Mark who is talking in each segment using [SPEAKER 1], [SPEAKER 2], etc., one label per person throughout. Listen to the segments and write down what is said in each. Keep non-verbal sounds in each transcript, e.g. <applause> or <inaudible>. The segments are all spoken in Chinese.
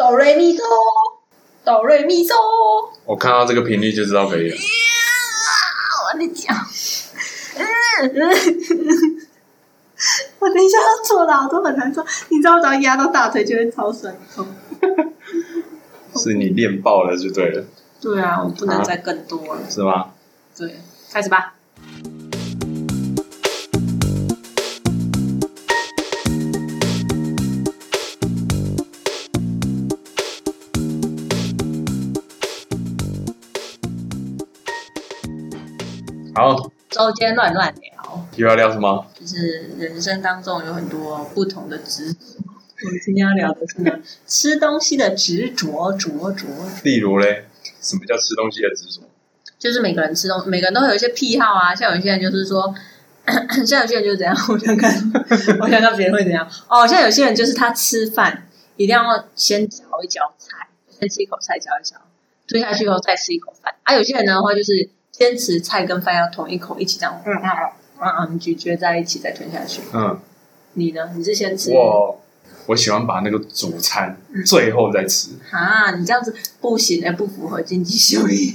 [SPEAKER 1] 哆瑞咪嗦，哆瑞咪嗦。
[SPEAKER 2] 我看到这个频率就知道可以
[SPEAKER 1] 啊
[SPEAKER 2] 了。
[SPEAKER 1] 我的脚，嗯我等一下要坐牢都很难坐，你知道我只要压到大腿就会超酸痛。
[SPEAKER 2] 是你练爆了就对了，
[SPEAKER 1] 对啊，我不能再更多了。
[SPEAKER 2] 是吗？
[SPEAKER 1] 对，开始吧。
[SPEAKER 2] 好，
[SPEAKER 1] 周间乱乱聊，
[SPEAKER 2] 又要聊什么？
[SPEAKER 1] 就是人生当中有很多不同的执着。我们今天要聊的是呢，吃东西的执着，着着，
[SPEAKER 2] 例如嘞，什么叫吃东西的执着？
[SPEAKER 1] 就是每个人吃东，每个人都会有一些癖好啊。像有些人就是说， <clears throat> 像有些人就是怎样， <laughs> 我想看，我想看别人会怎样。哦，像有些人就是他吃饭一定要先嚼一嚼菜，先吃一口菜嚼一嚼，吞下去以后再吃一口饭。啊，有些人的话就是坚持菜跟饭要同一口一起这样，嗯嗯嗯嗯，咀嚼在一起再吞下去。
[SPEAKER 2] 嗯，
[SPEAKER 1] 你呢？你是先吃？
[SPEAKER 2] 我我喜欢把那个主餐最后再吃，
[SPEAKER 1] 啊，你这样子不行，哎，不符合经济效益，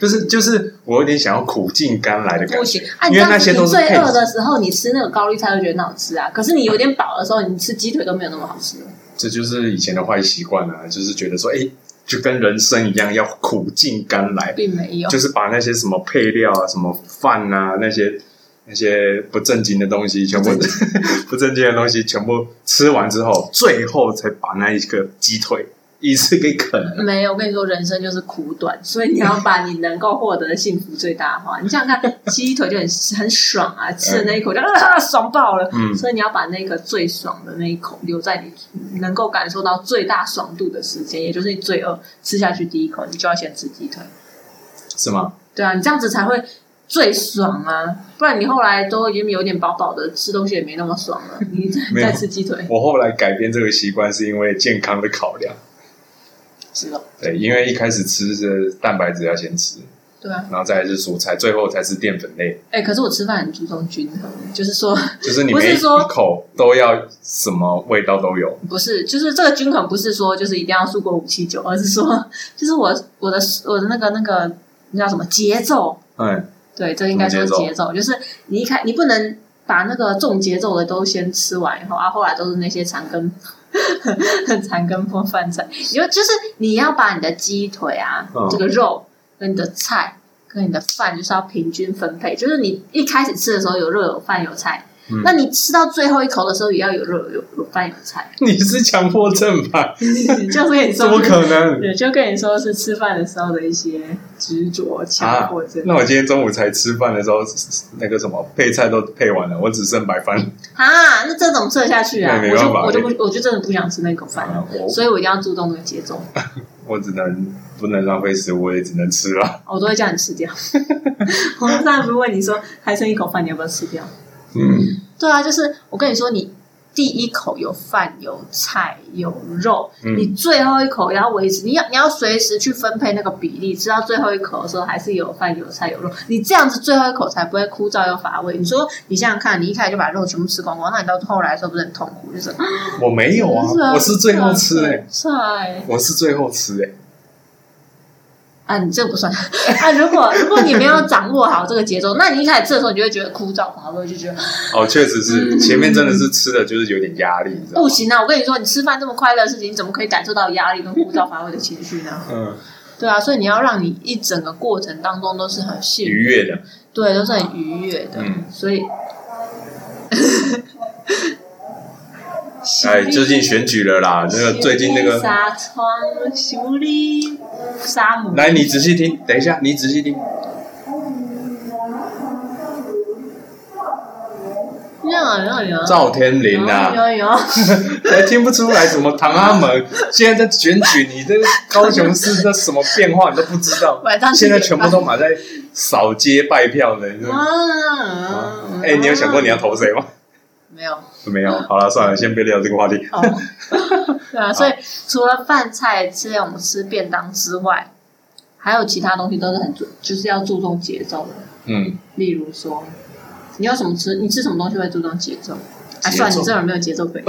[SPEAKER 2] 就是就是我有点想要苦尽甘来的感
[SPEAKER 1] 不
[SPEAKER 2] 觉。
[SPEAKER 1] 行。啊，你
[SPEAKER 2] 因
[SPEAKER 1] 这
[SPEAKER 2] 为
[SPEAKER 1] 样
[SPEAKER 2] 那些
[SPEAKER 1] 子，你
[SPEAKER 2] 都是
[SPEAKER 1] 最饿
[SPEAKER 2] taste
[SPEAKER 1] 的时候，你吃那个高丽菜会觉得很好吃啊。可是你有点饱的时候，你吃鸡腿都没有那么好吃了。
[SPEAKER 2] 这就是以前的坏习惯啊，就是觉得说，哎，就跟人生一样，要苦尽甘来，
[SPEAKER 1] 并没有，
[SPEAKER 2] 就是把那些什么配料啊、什么饭啊那些。那些不正经的东西，全部 <laughs> 不正经的东西全部吃完之后，最后才把那一个鸡腿一次给啃了。
[SPEAKER 1] 没有。我跟你说，人生就是苦短，所以你要把你能够获得的幸福最大化。你想想看，鸡腿就很 <laughs> 很爽啊，吃的那一口就啊爽爆了。
[SPEAKER 2] 嗯
[SPEAKER 1] 所以你要把那个最爽的那一口留在你能够感受到最大爽度的时间，也就是你最饿吃下去第一口，你就要先吃鸡腿。
[SPEAKER 2] 是吗？
[SPEAKER 1] 对啊，你这样子才会最爽啊！不然你后来都已经有点饱饱的，吃东西也没那么爽了。你再
[SPEAKER 2] 没有
[SPEAKER 1] 再吃鸡腿，
[SPEAKER 2] 我后来改变这个习惯是因为健康的考量，
[SPEAKER 1] 吃了。
[SPEAKER 2] 对，因为一开始吃是蛋白质要先吃，
[SPEAKER 1] 对啊，
[SPEAKER 2] 然后再来是蔬菜，最后才是淀粉类，
[SPEAKER 1] 哎、可是我吃饭很注重均衡，就是说
[SPEAKER 2] 就是你
[SPEAKER 1] 不是
[SPEAKER 2] 每一
[SPEAKER 1] 说
[SPEAKER 2] 口都要什么味道都有，
[SPEAKER 1] 不是，就是这个均衡不是说就是一定要蔬果五七九，而是说就是我我的我的那个那个那叫什么节奏，
[SPEAKER 2] 嗯，
[SPEAKER 1] 对，这应该说是
[SPEAKER 2] 什么
[SPEAKER 1] 节
[SPEAKER 2] 节
[SPEAKER 1] 奏，就是你一开你不能把那个重节奏的都先吃完以后啊，后来都是那些长 <laughs> 根长根波饭菜，你就就是你要把你的鸡腿啊、
[SPEAKER 2] 嗯
[SPEAKER 1] 这个肉跟你的菜跟你的饭就是要平均分配，就是你一开始吃的时候有肉有饭有菜，
[SPEAKER 2] 嗯
[SPEAKER 1] 那你吃到最后一口的时候也要有肉有有饭有
[SPEAKER 2] <laughs>
[SPEAKER 1] 菜，
[SPEAKER 2] 你是强迫症吧？
[SPEAKER 1] 就是跟你说
[SPEAKER 2] <laughs> 怎么可能？
[SPEAKER 1] 对，就跟你说是吃饭的时候的一些执着、强迫症。
[SPEAKER 2] 啊那我今天中午才吃饭的时候，那个什么配菜都配完了，我只剩白饭。
[SPEAKER 1] 啊，那这种吃得下去啊，
[SPEAKER 2] 那没
[SPEAKER 1] 我就
[SPEAKER 2] 办法
[SPEAKER 1] 我就不我就真的不想吃那口饭了，
[SPEAKER 2] 啊我
[SPEAKER 1] 所以我一定要注重那个节
[SPEAKER 2] <laughs>
[SPEAKER 1] 奏，
[SPEAKER 2] 我只能不能浪费食物，我也只能吃了。
[SPEAKER 1] 我都会叫你吃掉。 <laughs> 我上次问你说还剩一口饭，你要不要吃掉？
[SPEAKER 2] 嗯，
[SPEAKER 1] 对啊，就是我跟你说，你第一口有饭有菜有肉，
[SPEAKER 2] 嗯
[SPEAKER 1] 你最后一口也要维持，你要你要随时去分配那个比例，吃到最后一口的时候还是有饭有菜有肉，你这样子最后一口才不会枯燥又乏味。你说你想想看，你一开始就把肉全部吃光光，那你到后来的时候不是很痛苦？就是
[SPEAKER 2] 我没有啊，我是最后吃哎、
[SPEAKER 1] 菜
[SPEAKER 2] 我是最后吃哎、
[SPEAKER 1] 啊，你这个不算 <laughs> 啊。如果如果你没有掌握好这个节奏，那你一开始吃的时候，你就会觉得枯燥乏味，就觉得
[SPEAKER 2] 哦，确实是，
[SPEAKER 1] 嗯
[SPEAKER 2] 前面真的是吃的就是有点压力，你知道
[SPEAKER 1] 不？
[SPEAKER 2] 吗
[SPEAKER 1] 行啊！我跟你说，你吃饭这么快乐的事情，你怎么可以感受到压力跟枯燥乏味的情绪
[SPEAKER 2] <laughs>
[SPEAKER 1] 呢？
[SPEAKER 2] 嗯，
[SPEAKER 1] 对啊，所以你要让你一整个过程当中都是很幸
[SPEAKER 2] 愉
[SPEAKER 1] 福，
[SPEAKER 2] 悦的，
[SPEAKER 1] 对，都是很愉悦的。
[SPEAKER 2] 嗯，
[SPEAKER 1] 所以， <laughs>
[SPEAKER 2] 哎，最近选举了啦，那个最近那
[SPEAKER 1] 修理
[SPEAKER 2] 个，
[SPEAKER 1] 纱窗修理沙姆，
[SPEAKER 2] 来，你仔细听，等一下，你仔细听，
[SPEAKER 1] 呀呀呀，
[SPEAKER 2] 赵天林呐、啊，
[SPEAKER 1] 哦有有有，
[SPEAKER 2] <laughs> 还听不出来什么唐阿门，现在在选举，你这个高雄市的什么变化你都不知道
[SPEAKER 1] 晚上，七
[SPEAKER 2] 现
[SPEAKER 1] 点
[SPEAKER 2] 在全部都满在扫街拜票的，你知道吗
[SPEAKER 1] 哇！哦
[SPEAKER 2] 哎，你有想过你要投谁吗？
[SPEAKER 1] 没有？
[SPEAKER 2] 没有，好了，算了，先别聊这个话题。
[SPEAKER 1] 哦，
[SPEAKER 2] <laughs>
[SPEAKER 1] 对啊，所以除了饭菜之类，我们吃便当之外，还有其他东西都是很注，就是要注重节奏的。
[SPEAKER 2] 嗯，
[SPEAKER 1] 例如说，你有什么吃？你吃什么东西会注重节奏？啊，
[SPEAKER 2] 节奏
[SPEAKER 1] 算了，你这种人没有节奏感。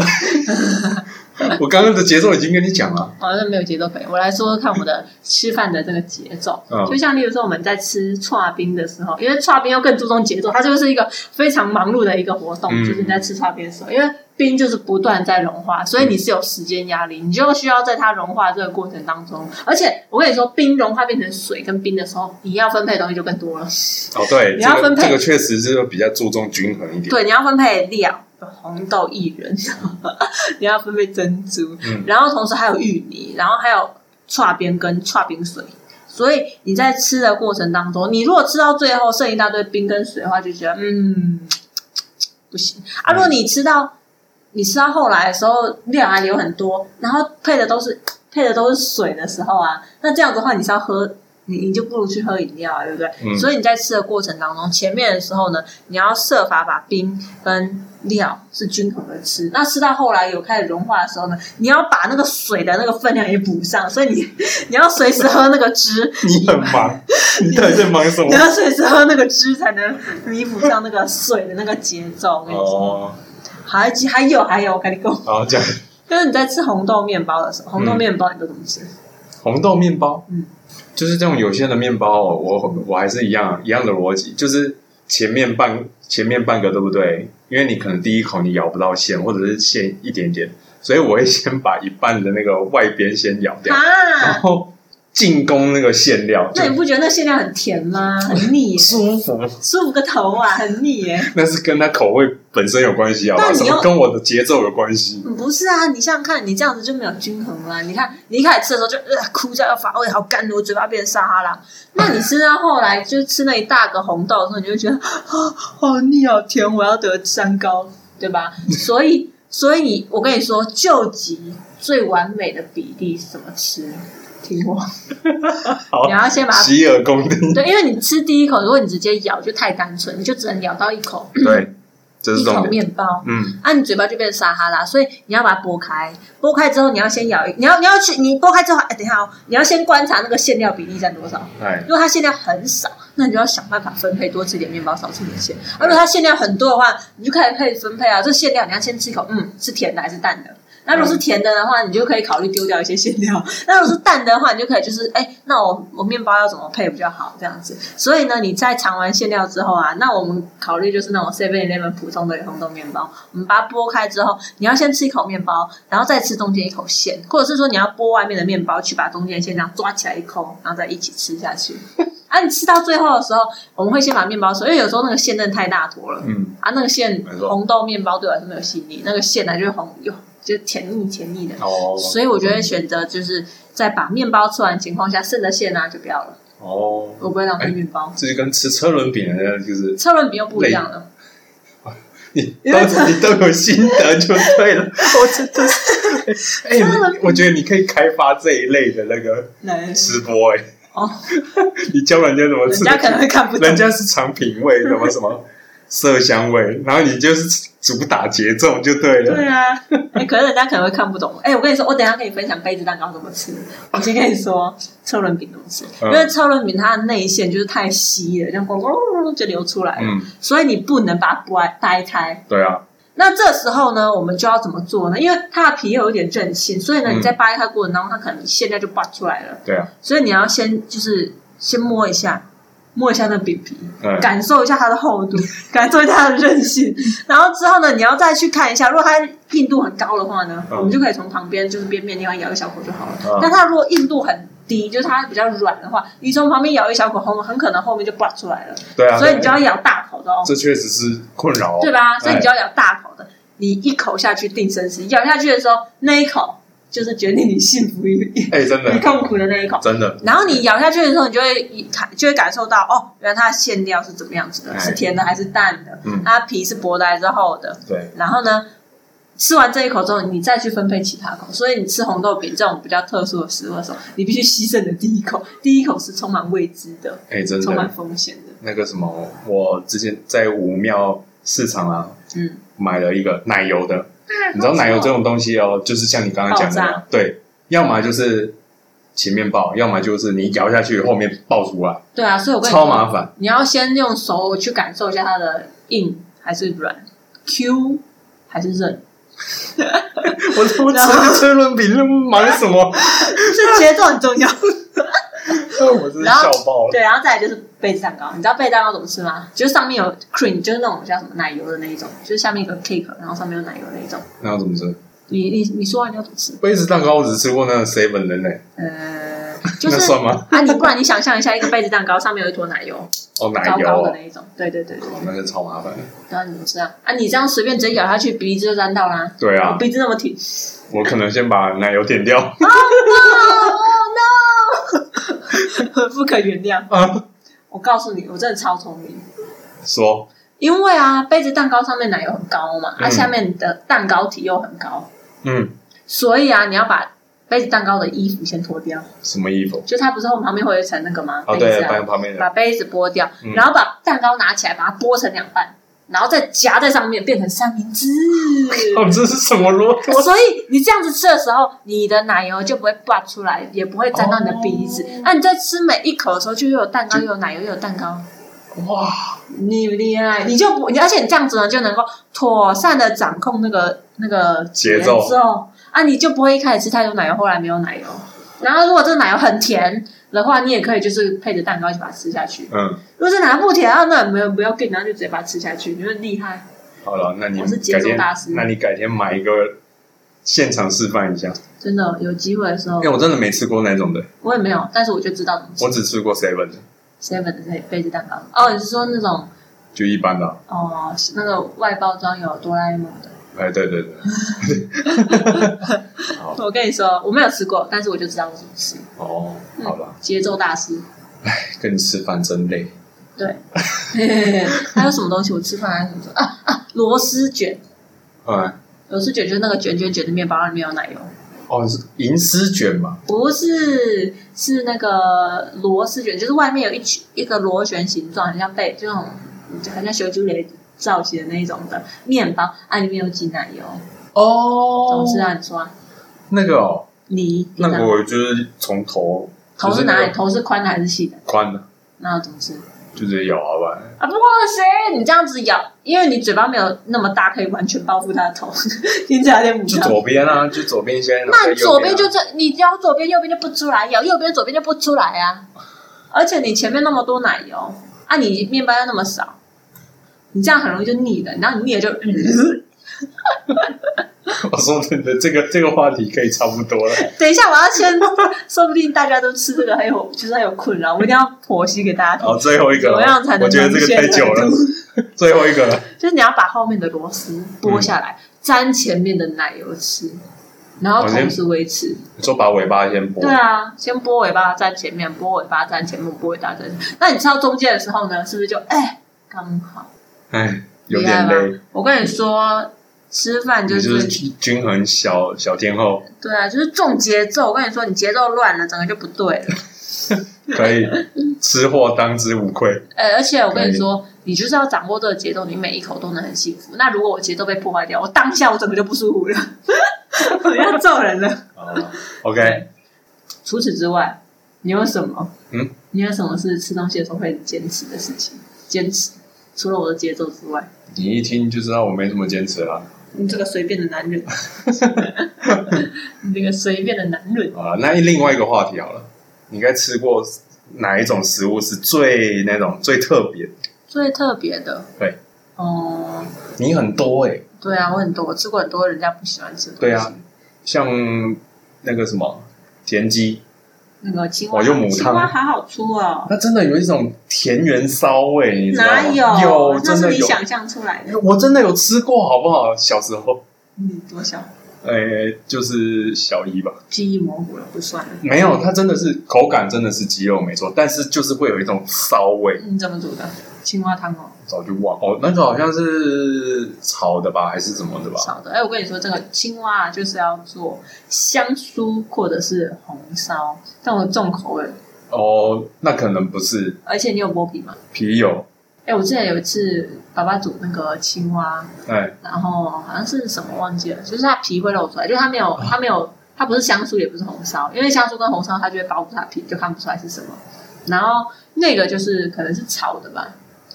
[SPEAKER 2] 我刚刚的节奏已经跟你讲了，
[SPEAKER 1] 好像没有节奏可以。我来说说看我的吃饭的这个节奏，
[SPEAKER 2] 嗯
[SPEAKER 1] 就像例如说我们在吃串冰的时候，因为串冰又更注重节奏，它就是一个非常忙碌的一个活动，
[SPEAKER 2] 嗯
[SPEAKER 1] 就是你在吃串冰的时候，因为冰就是不断在融化，
[SPEAKER 2] 嗯
[SPEAKER 1] 所以你是有时间压力，你就需要在它融化这个过程当中，而且我跟你说，冰融化变成水跟冰的时候，你要分配的东西就更多了。
[SPEAKER 2] 哦，对，
[SPEAKER 1] 你
[SPEAKER 2] 这
[SPEAKER 1] 要
[SPEAKER 2] 个
[SPEAKER 1] 分配
[SPEAKER 2] 这个确实是比较注重均衡一点，
[SPEAKER 1] 对，你要分配料，有红豆薏仁， <laughs> 你要分配珍珠，
[SPEAKER 2] 嗯
[SPEAKER 1] 然后同时还有芋泥，然后还有串边跟串冰水。所以你在吃的过程当中，你如果吃到最后剩一大堆冰跟水的话，就觉得嗯不行啊。如
[SPEAKER 2] 嗯
[SPEAKER 1] 果你吃到你吃到后来的时候料还留很多，然后配的都是配的都是水的时候啊，那这样子的话你是要喝，你你就不如去喝饮料啊，对不对？
[SPEAKER 2] 嗯
[SPEAKER 1] 所以你在吃的过程当中，前面的时候呢，你要设法把冰跟料是均衡的吃。那吃到后来有开始融化的时候呢，你要把那个水的那个分量也补上，所以你 <laughs> 你要随时喝那个汁，
[SPEAKER 2] <laughs> 你很忙，你到底在忙什
[SPEAKER 1] 你
[SPEAKER 2] 么？
[SPEAKER 1] 要随时喝那个汁才能弥补上那个水的那个节奏。我跟你说，
[SPEAKER 2] 哦，
[SPEAKER 1] 还还有还有，我跟你讲，
[SPEAKER 2] 好讲
[SPEAKER 1] 就是你在吃红豆面包的时候，红豆面包你都怎么吃？
[SPEAKER 2] 红豆面包，
[SPEAKER 1] 嗯，
[SPEAKER 2] 就是这种有些的面包哦，我我还是一样一样的逻辑，就是前面半前面半个对不对？因为你可能第一口你咬不到馅，或者是馅一点点，所以我会先把一半的那个外边先咬掉，然
[SPEAKER 1] 啊，
[SPEAKER 2] 后进攻那个馅料，就
[SPEAKER 1] 那你不觉得那馅料很甜吗？很
[SPEAKER 2] <laughs>
[SPEAKER 1] 腻耶，
[SPEAKER 2] 舒服。
[SPEAKER 1] 舒服个头啊，很腻耶。
[SPEAKER 2] 那是跟它口味本身有关系，好吧？
[SPEAKER 1] 但你
[SPEAKER 2] 什
[SPEAKER 1] 又
[SPEAKER 2] 么跟我的节奏有关系？
[SPEAKER 1] 嗯不是啊，你想想看，你这样子就没有均衡啦、你看，你一开始吃的时候就呃哭叫要发胃，好干，我嘴巴变沙哈拉。那你吃到后来，就吃那一大个红豆的时候，你就会觉得啊，好腻，好甜，我要得三高，对吧？所以，所以你，我跟你说，救急最完美的比例是怎么吃？听我，
[SPEAKER 2] 好
[SPEAKER 1] 你，要先把它
[SPEAKER 2] 洗耳恭听。
[SPEAKER 1] 对，因为你吃第一口，如果你直接咬就太单纯，你就只能咬到一口
[SPEAKER 2] 对，这是
[SPEAKER 1] 一
[SPEAKER 2] 重
[SPEAKER 1] 口
[SPEAKER 2] 点。
[SPEAKER 1] 面包。
[SPEAKER 2] 嗯，
[SPEAKER 1] 啊，你嘴巴就变成撒哈拉，所以你要把它剥开，剥开之后你要先咬一，你要你要去，你剥开之后，哎，等一下哦，你要先观察那个馅料比例占多少。
[SPEAKER 2] 哎
[SPEAKER 1] 如，果它馅料很少，那你就要想办法分配多吃点面包，少吃点馅。而如果它馅料很多的话，你就开始配分配啊，这馅料你要先吃一口，嗯，是甜的还是淡的？那如果是甜的的话，你就可以考虑丢掉一些馅料； <laughs> 那如果是淡的话，你就可以就是，哎、那我我面包要怎么配比较好？这样子。所以呢，你在尝完馅料之后啊，那我们考虑就是那种 Seven Eleven 普通的红豆面包，我们把它剥开之后，你要先吃一口面包，然后再吃中间一口馅，或者是说你要剥外面的面包去把中间的馅这样抓起来一抠，然后再一起吃下去。啊，你吃到最后的时候，我们会先把面包收，因为有时候那个馅真的太大坨了。
[SPEAKER 2] 嗯，
[SPEAKER 1] 啊，那个馅
[SPEAKER 2] 没错
[SPEAKER 1] 红豆面包对我来说没有吸引力，那个馅呢就是红又就甜腻甜腻的，
[SPEAKER 2] 哦，
[SPEAKER 1] 所以我觉得选择就是在把面包吃完的情况下，剩的馅呢、就不要了，
[SPEAKER 2] 哦，
[SPEAKER 1] 我不会浪费面包。
[SPEAKER 2] 这就跟吃车轮饼的，就是
[SPEAKER 1] 车轮饼又不一样了，
[SPEAKER 2] 你
[SPEAKER 1] 因
[SPEAKER 2] 都
[SPEAKER 1] 为
[SPEAKER 2] 你都有心得就
[SPEAKER 1] <laughs>
[SPEAKER 2] 对了。我真的是，哎、
[SPEAKER 1] 车轮
[SPEAKER 2] 你我觉得你可以开发这一类的那个
[SPEAKER 1] 人
[SPEAKER 2] 直播、哎， <laughs>
[SPEAKER 1] 哦，
[SPEAKER 2] 你教人家怎么
[SPEAKER 1] 人
[SPEAKER 2] 吃，
[SPEAKER 1] 家可能会看不懂
[SPEAKER 2] 人。家是尝品味，什么什么色香
[SPEAKER 1] <laughs>
[SPEAKER 2] 味，然后你就是主打节奏就对了。
[SPEAKER 1] 对啊，哎、可是人家可能会看不懂。哎、我跟你说，我等一下跟你分享杯子蛋糕怎么吃。我先跟你说车轮饼怎么吃，
[SPEAKER 2] 嗯
[SPEAKER 1] 因为车轮饼它的内馅就是太稀了，这样咣咣咣就流出来了，
[SPEAKER 2] 嗯，
[SPEAKER 1] 所以你不能把它掰掰开。
[SPEAKER 2] 对啊，
[SPEAKER 1] 那这时候呢，我们就要怎么做呢？因为它的皮又有点韧性，所以呢，
[SPEAKER 2] 嗯
[SPEAKER 1] 你在掰开过程当中，它可能馅料就爆出来了。
[SPEAKER 2] 对啊，
[SPEAKER 1] 所以你要先就是先摸一下，摸一下那饼皮，
[SPEAKER 2] 嗯，
[SPEAKER 1] 感受一下它的厚度， <laughs> 感受一下它的韧性。然后之后呢，你要再去看一下，如果它硬度很高的话呢，
[SPEAKER 2] 嗯
[SPEAKER 1] 我们就可以从旁边就是边边地方咬一小口就好了。
[SPEAKER 2] 嗯
[SPEAKER 1] 但它如果硬度很低，就是它比较软的话，你从旁边咬一小口，很很可能后面就爆出来了。
[SPEAKER 2] 对啊，
[SPEAKER 1] 所以你就
[SPEAKER 2] 对啊
[SPEAKER 1] 要咬大口的哦。
[SPEAKER 2] 这确实是困扰、哦，
[SPEAKER 1] 对吧？所以你就
[SPEAKER 2] 哎
[SPEAKER 1] 要咬大口的，你一口下去定生死，咬下去的时候，那一口就是决定你幸福与
[SPEAKER 2] 哎、真
[SPEAKER 1] 与
[SPEAKER 2] 的，
[SPEAKER 1] 痛苦的那一口。
[SPEAKER 2] 真的，
[SPEAKER 1] 然后你咬下去的时候，你就会感就会感受到哦，原来它的馅料是怎么样子的，
[SPEAKER 2] 哎
[SPEAKER 1] 是甜的还是淡的，
[SPEAKER 2] 嗯
[SPEAKER 1] 它皮是薄的还是厚的。
[SPEAKER 2] 对，
[SPEAKER 1] 然后呢，吃完这一口之后，你再去分配其他口。所以你吃红豆饼这种比较特殊的食物的时候，你必须牺牲你的第一口， <laughs> 第一口是充满未知的，
[SPEAKER 2] 哎、真
[SPEAKER 1] 充满
[SPEAKER 2] 的，
[SPEAKER 1] 风险的。
[SPEAKER 2] 那个什么，我之前在武庙市场啊
[SPEAKER 1] 嗯，
[SPEAKER 2] 买了一个奶油的， <laughs> 你知道奶油这种东西哦，就是像你刚刚讲的那
[SPEAKER 1] 爆
[SPEAKER 2] 样，对，要么就是前面爆，要么就是你咬下去后面爆出来，
[SPEAKER 1] 对啊，所以我跟你
[SPEAKER 2] 超
[SPEAKER 1] 说。
[SPEAKER 2] 麻烦。
[SPEAKER 1] 你要先用手去感受一下它的硬还是软，Q 还是韧，
[SPEAKER 2] 我怎么吃吃论饼，忙什
[SPEAKER 1] <laughs>
[SPEAKER 2] 么？
[SPEAKER 1] 是节奏很重要。
[SPEAKER 2] 我真是
[SPEAKER 1] 然后
[SPEAKER 2] 笑爆了。
[SPEAKER 1] <laughs> 对，然后再来就是贝子蛋糕，你知道贝子蛋糕怎么吃吗？就是上面有 cream，就是那种叫什么奶油的那一种，就是下面有个 cake，然后上面有奶油的那一种。
[SPEAKER 2] 那要怎么吃？
[SPEAKER 1] 你你你说完你要怎么吃？
[SPEAKER 2] 杯子蛋糕我只吃过那个 seven 的呢，
[SPEAKER 1] 呃，就是
[SPEAKER 2] 那算吗？
[SPEAKER 1] 啊，你不然你想象一下一个贝子蛋糕，上面有一坨奶油，
[SPEAKER 2] 哦， <laughs> 奶
[SPEAKER 1] 糟
[SPEAKER 2] 油
[SPEAKER 1] 糕的
[SPEAKER 2] 哦，
[SPEAKER 1] 那一种。对对对对，
[SPEAKER 2] 那是超麻烦的。
[SPEAKER 1] 然后你怎么吃啊？啊，你这样随便直接咬下去，鼻子就沾到啦。
[SPEAKER 2] 对啊，
[SPEAKER 1] 鼻子那么挺。
[SPEAKER 2] 我可能先把奶油点
[SPEAKER 1] <laughs>
[SPEAKER 2] 掉
[SPEAKER 1] Oh no！不 <laughs> 可原谅。
[SPEAKER 2] 啊。
[SPEAKER 1] 我告诉你，我真的超聪明。
[SPEAKER 2] 说
[SPEAKER 1] 因为啊，杯子蛋糕上面奶油很高嘛，它、
[SPEAKER 2] 嗯
[SPEAKER 1] 下面的蛋糕体又很高，
[SPEAKER 2] 嗯，
[SPEAKER 1] 所以啊，你要把杯子蛋糕的衣服先脱掉，
[SPEAKER 2] 什么衣服？
[SPEAKER 1] 就它不是后旁边会有一层那个吗？
[SPEAKER 2] 哦，
[SPEAKER 1] 杯
[SPEAKER 2] 对，
[SPEAKER 1] 子啊
[SPEAKER 2] 旁旁边的
[SPEAKER 1] 把杯子剥掉，
[SPEAKER 2] 嗯
[SPEAKER 1] 然后把蛋糕拿起来，把它剥成两半，然后再夹在上面变成三明
[SPEAKER 2] <laughs>
[SPEAKER 1] 治。
[SPEAKER 2] 哦，这是什么
[SPEAKER 1] <laughs>
[SPEAKER 2] 啰嗦？
[SPEAKER 1] 所以你这样子吃的时候，你的奶油就不会爆出来，也不会沾到你的鼻子。
[SPEAKER 2] 哦
[SPEAKER 1] 那、你在吃每一口的时候，就又有蛋糕，又有奶油，又有蛋糕。 <laughs>
[SPEAKER 2] 哇，
[SPEAKER 1] 你厉害，你就不，你而且你这样子呢，就能够妥善的掌控那个那个
[SPEAKER 2] 节奏
[SPEAKER 1] 啊，你就不会一开始吃太多奶油，后来没有奶油。然后如果这个奶油很甜的话，你也可以就是配着蛋糕一起把它吃下去。
[SPEAKER 2] 嗯，
[SPEAKER 1] 如果这奶油不甜啊，那没有不要给，然后就直接把它吃下去，你就厉害。
[SPEAKER 2] 好了，那你
[SPEAKER 1] 我是节
[SPEAKER 2] 改
[SPEAKER 1] 奏
[SPEAKER 2] 天
[SPEAKER 1] 大师，
[SPEAKER 2] 那你改天买一个现场示范一下，
[SPEAKER 1] 真的有机会的时候
[SPEAKER 2] 因为，我真的没吃过那种的，
[SPEAKER 1] 我也没有，但是我就知道怎么吃
[SPEAKER 2] 我。只吃过 seven 的，
[SPEAKER 1] seven 的那杯子蛋糕哦，你是说那种
[SPEAKER 2] 就一般的。
[SPEAKER 1] 哦，是那个外包装有哆啦 A 梦的？
[SPEAKER 2] 哎，对对对，
[SPEAKER 1] 我跟你说，我没有吃过，但是我就知道我怎么吃。
[SPEAKER 2] 哦，
[SPEAKER 1] 嗯
[SPEAKER 2] 好了，
[SPEAKER 1] 节奏大师。
[SPEAKER 2] 跟你吃饭真累。
[SPEAKER 1] <laughs> 对，嘿嘿嘿还有什么东西？我吃饭还有什么东西啊啊？螺丝卷，
[SPEAKER 2] 哎，
[SPEAKER 1] 螺丝卷就是那个卷卷卷的面包，里面有奶油。
[SPEAKER 2] 哦，是银丝卷嘛？
[SPEAKER 1] 不是，是那个螺丝卷，就是外面有一圈一个螺旋形状，很像被这种很像小猪雷造型的那一种的面包，啊，里面有挤奶油。怎
[SPEAKER 2] 哦
[SPEAKER 1] 么吃啊？你说啊？
[SPEAKER 2] 那个哦，
[SPEAKER 1] 你
[SPEAKER 2] 那
[SPEAKER 1] 平常
[SPEAKER 2] 个我就是从头，
[SPEAKER 1] 头
[SPEAKER 2] 就是那
[SPEAKER 1] 哪
[SPEAKER 2] 个
[SPEAKER 1] 里？头是宽的还是细的？
[SPEAKER 2] 宽的，
[SPEAKER 1] 那要怎么吃？啊
[SPEAKER 2] 就直接咬好吧。
[SPEAKER 1] 啊，不过谁？你这样子咬，因为你嘴巴没有那么大，可以完全包覆它的头， <laughs> 听起来有点不
[SPEAKER 2] 就
[SPEAKER 1] 像。
[SPEAKER 2] 左边啊，就左边先。然后
[SPEAKER 1] 那
[SPEAKER 2] 再
[SPEAKER 1] 你
[SPEAKER 2] 右
[SPEAKER 1] 左边
[SPEAKER 2] 啊
[SPEAKER 1] 就这，你咬左边，右边就不出来；咬右边，左边就不出来啊。而且你前面那么多奶油，啊，你面包又那么少，你这样很容易就腻的。然后你腻了就，
[SPEAKER 2] <laughs>
[SPEAKER 1] <laughs>
[SPEAKER 2] 我说真的，这个这个话题可以差不多了。
[SPEAKER 1] 等一下我要先， <laughs> 说不定大家都吃这个很有，就是很有困扰，我一定要剖析给大家听。
[SPEAKER 2] 好，最后一个
[SPEAKER 1] 怎么
[SPEAKER 2] 了
[SPEAKER 1] 样才，能
[SPEAKER 2] 我觉得这个太久了
[SPEAKER 1] 呈。
[SPEAKER 2] <laughs> 最后一个了，
[SPEAKER 1] 就是你要把后面的螺丝剥下来，
[SPEAKER 2] 嗯
[SPEAKER 1] 沾前面的奶油吃，然后同时维持。
[SPEAKER 2] 你说把尾巴先哦剥
[SPEAKER 1] 对，啊，先剥尾巴沾前面，剥尾巴沾前面，剥尾巴沾前面。那你吃到中间的时候呢，是不是就哎刚好？
[SPEAKER 2] 哎，有
[SPEAKER 1] 厉害
[SPEAKER 2] 点
[SPEAKER 1] 吧
[SPEAKER 2] 累。？
[SPEAKER 1] 我跟你说，吃饭
[SPEAKER 2] 你
[SPEAKER 1] 就
[SPEAKER 2] 就是
[SPEAKER 1] 是
[SPEAKER 2] 均衡小小
[SPEAKER 1] <laughs>
[SPEAKER 2] 天后，
[SPEAKER 1] 对啊，就是重节奏。我跟你说，你节奏乱了，整个就不对
[SPEAKER 2] <laughs>
[SPEAKER 1] 了。
[SPEAKER 2] 可以吃货当之无愧。
[SPEAKER 1] 呃，而且我跟你说，你就是要掌握这个节奏，你每一口都能很幸福。那如果我节奏被破坏掉，我当下我整个就不舒服了， <laughs> 我要揍人了。
[SPEAKER 2] 好啊 OK，
[SPEAKER 1] 除此之外，你有什么？
[SPEAKER 2] 嗯，
[SPEAKER 1] 你有什么是吃东西的时候会坚持的事情？坚持，除了我的节奏之外，
[SPEAKER 2] 你一听就知道我没什么坚持啦。
[SPEAKER 1] 你这个随便的男
[SPEAKER 2] <laughs>
[SPEAKER 1] 人， <laughs> 你这个随便的男人，
[SPEAKER 2] 啊，那另外一个话题好了，你应该吃过哪一种食物是最那种最特别？
[SPEAKER 1] 最特别的，
[SPEAKER 2] 对，
[SPEAKER 1] 哦、
[SPEAKER 2] 你很多哎、
[SPEAKER 1] 对啊，我很多，我吃过很多人家不喜欢吃的东西，
[SPEAKER 2] 对啊，像那个什么田鸡，
[SPEAKER 1] 那个青蛙，
[SPEAKER 2] 哦用母汤
[SPEAKER 1] 青蛙好好粗哦，
[SPEAKER 2] 那真的有一种田园骚味，你知道吗？
[SPEAKER 1] 哪
[SPEAKER 2] 有，
[SPEAKER 1] 那
[SPEAKER 2] 真
[SPEAKER 1] 是
[SPEAKER 2] 的
[SPEAKER 1] 你
[SPEAKER 2] 有，
[SPEAKER 1] 想象出来的，
[SPEAKER 2] 我真的有吃过，好不好？小时候，
[SPEAKER 1] 你多小？
[SPEAKER 2] 呃、就是小一吧，
[SPEAKER 1] 记忆模糊了，不算了。
[SPEAKER 2] 没有，它真的是口感真的是鸡肉没错，但是就是会有一种骚味，
[SPEAKER 1] 嗯你怎么煮的？青蛙汤哦，
[SPEAKER 2] 早就忘哦，那个好像是炒的吧，还是怎么的吧？
[SPEAKER 1] 少的。哎，我跟你说，这个青蛙啊，就是要做香酥或者是红烧，但我重口味，
[SPEAKER 2] 哦，那可能不是
[SPEAKER 1] 而且你有剥皮吗？
[SPEAKER 2] 皮友，
[SPEAKER 1] 哎，我之前有一次，爸爸煮那个青蛙，
[SPEAKER 2] 哎，
[SPEAKER 1] 然后好像是什么忘记了，就是它皮会露出来，就是它没
[SPEAKER 2] 啊
[SPEAKER 1] 有，它没有，它不是香酥，也不是红烧，因为香酥跟红烧它就会包住它皮，就看不出来是什么。然后那个就是可能是炒的吧，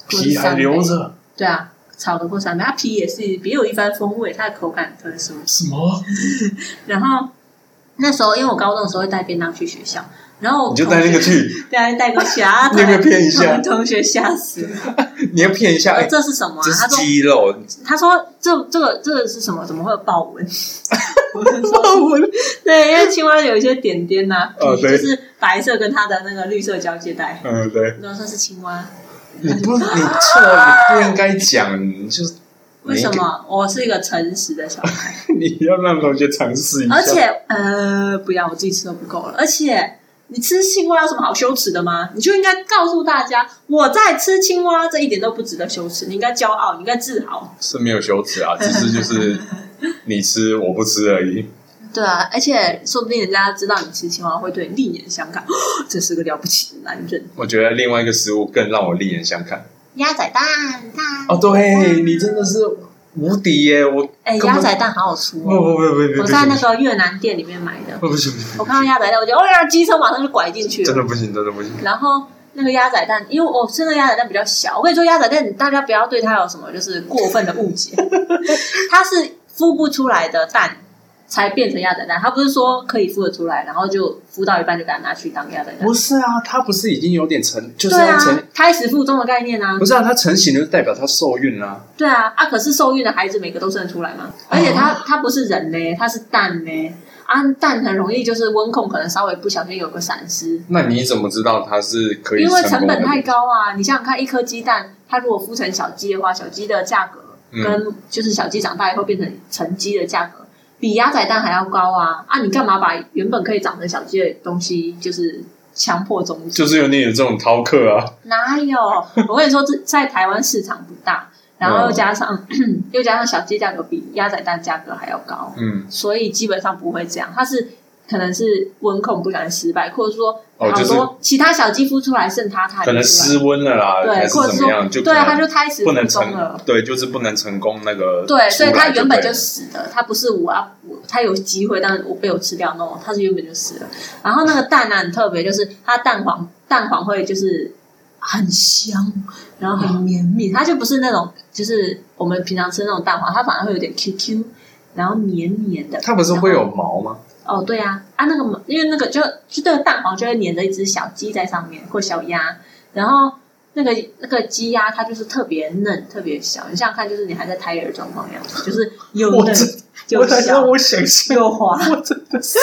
[SPEAKER 1] 或者是
[SPEAKER 2] 皮还
[SPEAKER 1] 三杯
[SPEAKER 2] 留着，
[SPEAKER 1] 对啊，炒的过程，它皮也是别有一番风味，它的口感特殊。
[SPEAKER 2] 什么？
[SPEAKER 1] 然后那时候因为我高中的时候会带便当去学校，然后我
[SPEAKER 2] 你就
[SPEAKER 1] 同学
[SPEAKER 2] 带那个，去，
[SPEAKER 1] 对啊，带过去啊，
[SPEAKER 2] 那个骗一
[SPEAKER 1] 同
[SPEAKER 2] 下，
[SPEAKER 1] <laughs> 同学吓死了。
[SPEAKER 2] 你要骗一下，
[SPEAKER 1] 呃
[SPEAKER 2] 哎，
[SPEAKER 1] 这是什么、啊
[SPEAKER 2] 这？
[SPEAKER 1] 他
[SPEAKER 2] 是
[SPEAKER 1] 说
[SPEAKER 2] 鸡肉，
[SPEAKER 1] 他说这这个这个是什么？怎么会有豹纹？ <laughs>
[SPEAKER 2] 我
[SPEAKER 1] 对，因为青蛙有一些点点呐、
[SPEAKER 2] 哦
[SPEAKER 1] 皮
[SPEAKER 2] 对
[SPEAKER 1] 就是白色跟它的那个绿色交界带。
[SPEAKER 2] 嗯，对，
[SPEAKER 1] 那算是青蛙？
[SPEAKER 2] 你不，你错，你不应该讲，你就
[SPEAKER 1] 为什
[SPEAKER 2] 哎
[SPEAKER 1] 么？我是一个诚实的小孩，
[SPEAKER 2] <laughs> 你要让同学尝试一下，
[SPEAKER 1] 而且呃，不要，我自己吃都不够了。而且你吃青蛙有什么好羞耻的吗？你就应该告诉大家，我在吃青蛙，这一点都不值得羞耻。你应该骄傲，你应该自豪。
[SPEAKER 2] 是没有羞耻啊，只是就是你吃我不吃而已。
[SPEAKER 1] 对啊，而且说不定人家知道你吃青蛙，会对你另眼相看。 <gasps> 这是个了不起的男人，
[SPEAKER 2] 我觉得另外一个食物更让我另眼相看。
[SPEAKER 1] 鸭仔蛋蛋。
[SPEAKER 2] 哦，对你真的是无敌耶！我
[SPEAKER 1] 哎、
[SPEAKER 2] 根本
[SPEAKER 1] 鸭仔蛋好好吃
[SPEAKER 2] 不
[SPEAKER 1] 哦！
[SPEAKER 2] 不不不不，
[SPEAKER 1] 我在那个越南店里面买的，
[SPEAKER 2] 不不行不行，
[SPEAKER 1] 我看到鸭仔蛋，我就哦呀，机车马上就拐进去
[SPEAKER 2] 真
[SPEAKER 1] 了。
[SPEAKER 2] 的不行，真的不行。
[SPEAKER 1] 然后那个鸭仔蛋，因为我吃那个鸭仔蛋比较小，我跟你说，鸭仔蛋大家不要对它有什么就是过分的误
[SPEAKER 2] <laughs>
[SPEAKER 1] 解，它是孵不出来的蛋才变成鸭仔蛋，它不是说可以孵得出来，然后就孵到一半就给它拿去当鸭仔蛋
[SPEAKER 2] 不。是啊，它不是已经有点成，就是
[SPEAKER 1] 对
[SPEAKER 2] 要成
[SPEAKER 1] 啊，，胎死腹中的概念啊
[SPEAKER 2] 不，是啊，它成型了就代表它受孕啦。
[SPEAKER 1] 对啊，啊，可是受孕的孩子每个都生得出来嘛，
[SPEAKER 2] 哦
[SPEAKER 1] 而且它它不是人呢，它是蛋呢，啊，蛋很容易就是温控，可能稍微不小心有个闪失，
[SPEAKER 2] 那你怎么知道它是可以
[SPEAKER 1] 因为
[SPEAKER 2] 成
[SPEAKER 1] 成
[SPEAKER 2] 功的
[SPEAKER 1] 本太高啊！你想想看，一颗鸡蛋，它如果孵成小鸡的话，小鸡的价格
[SPEAKER 2] 嗯
[SPEAKER 1] 跟就是小鸡长大以后变成成鸡的价格，比鸭仔蛋还要高啊！啊，你干嘛把原本可以长成小鸡的东西，就是强迫终止？
[SPEAKER 2] 就是有你有这种饕客啊，
[SPEAKER 1] 哪有？我跟你说，这在台湾市场不大，
[SPEAKER 2] 嗯
[SPEAKER 1] 然后又加上、 <clears throat> 又加上小鸡价格比鸭仔蛋价格还要高，
[SPEAKER 2] 嗯，
[SPEAKER 1] 所以基本上不会这样。它是可能是温控不小心失败，或者说
[SPEAKER 2] 哦，
[SPEAKER 1] 好
[SPEAKER 2] 就是
[SPEAKER 1] 多其他小鸡孵出来剩它，它还
[SPEAKER 2] 可能
[SPEAKER 1] 没出来
[SPEAKER 2] 失温了啦，
[SPEAKER 1] 对
[SPEAKER 2] 还是
[SPEAKER 1] 或者
[SPEAKER 2] 怎么样，就可
[SPEAKER 1] 对啊，他
[SPEAKER 2] 能
[SPEAKER 1] 就胎死
[SPEAKER 2] 不
[SPEAKER 1] 腹
[SPEAKER 2] 能
[SPEAKER 1] 中了
[SPEAKER 2] 成，。对，就是不能成功那个出
[SPEAKER 1] 对，
[SPEAKER 2] 来对，
[SPEAKER 1] 所以他原本就死了，他不是我啊，我他有机会，但是我被我吃掉，no，他是原本就死了。然后那个蛋呢、啊很特别，就是它蛋黄蛋黄会就是很香，然后很绵密，它就不是那种就是我们平常吃那种蛋黄，它反而会有点 QQ，然后绵绵的。
[SPEAKER 2] 它不是会有毛吗？
[SPEAKER 1] 哦，对啊，啊那个，因为那个就就这个蛋黄就会粘着一只小鸡在上面或小鸭，然后那个那个鸡鸭它就是特别嫩，特别小。你想想看，就是你还在胎儿状况的样子，就是又
[SPEAKER 2] 我
[SPEAKER 1] 嫩
[SPEAKER 2] 真
[SPEAKER 1] 又
[SPEAKER 2] 我
[SPEAKER 1] 小
[SPEAKER 2] 我想象，
[SPEAKER 1] 又滑。
[SPEAKER 2] 我真的是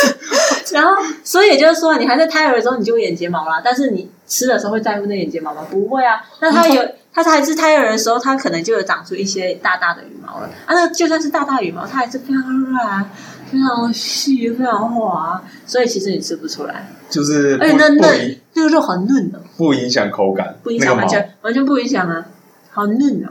[SPEAKER 1] 然后，所以也就是说，你还在胎儿的时候你就有眼睫毛啦，但是你吃的时候会在乎那眼睫毛吗？不会啊。那它有，它还是胎儿的时候，它可能就有长出一些大大的羽毛了。啊，那就算是大大羽毛，它还是非常软、非常细、非常滑，所以其实你吃不出来。
[SPEAKER 2] 就是不
[SPEAKER 1] 而且哎那
[SPEAKER 2] 不
[SPEAKER 1] 嫩
[SPEAKER 2] 影，
[SPEAKER 1] 那个肉好嫩哦，
[SPEAKER 2] 不影响口感，
[SPEAKER 1] 不影
[SPEAKER 2] 那
[SPEAKER 1] 响，
[SPEAKER 2] 个
[SPEAKER 1] 完
[SPEAKER 2] 毛
[SPEAKER 1] 全哦完全不影响啊，好嫩哦。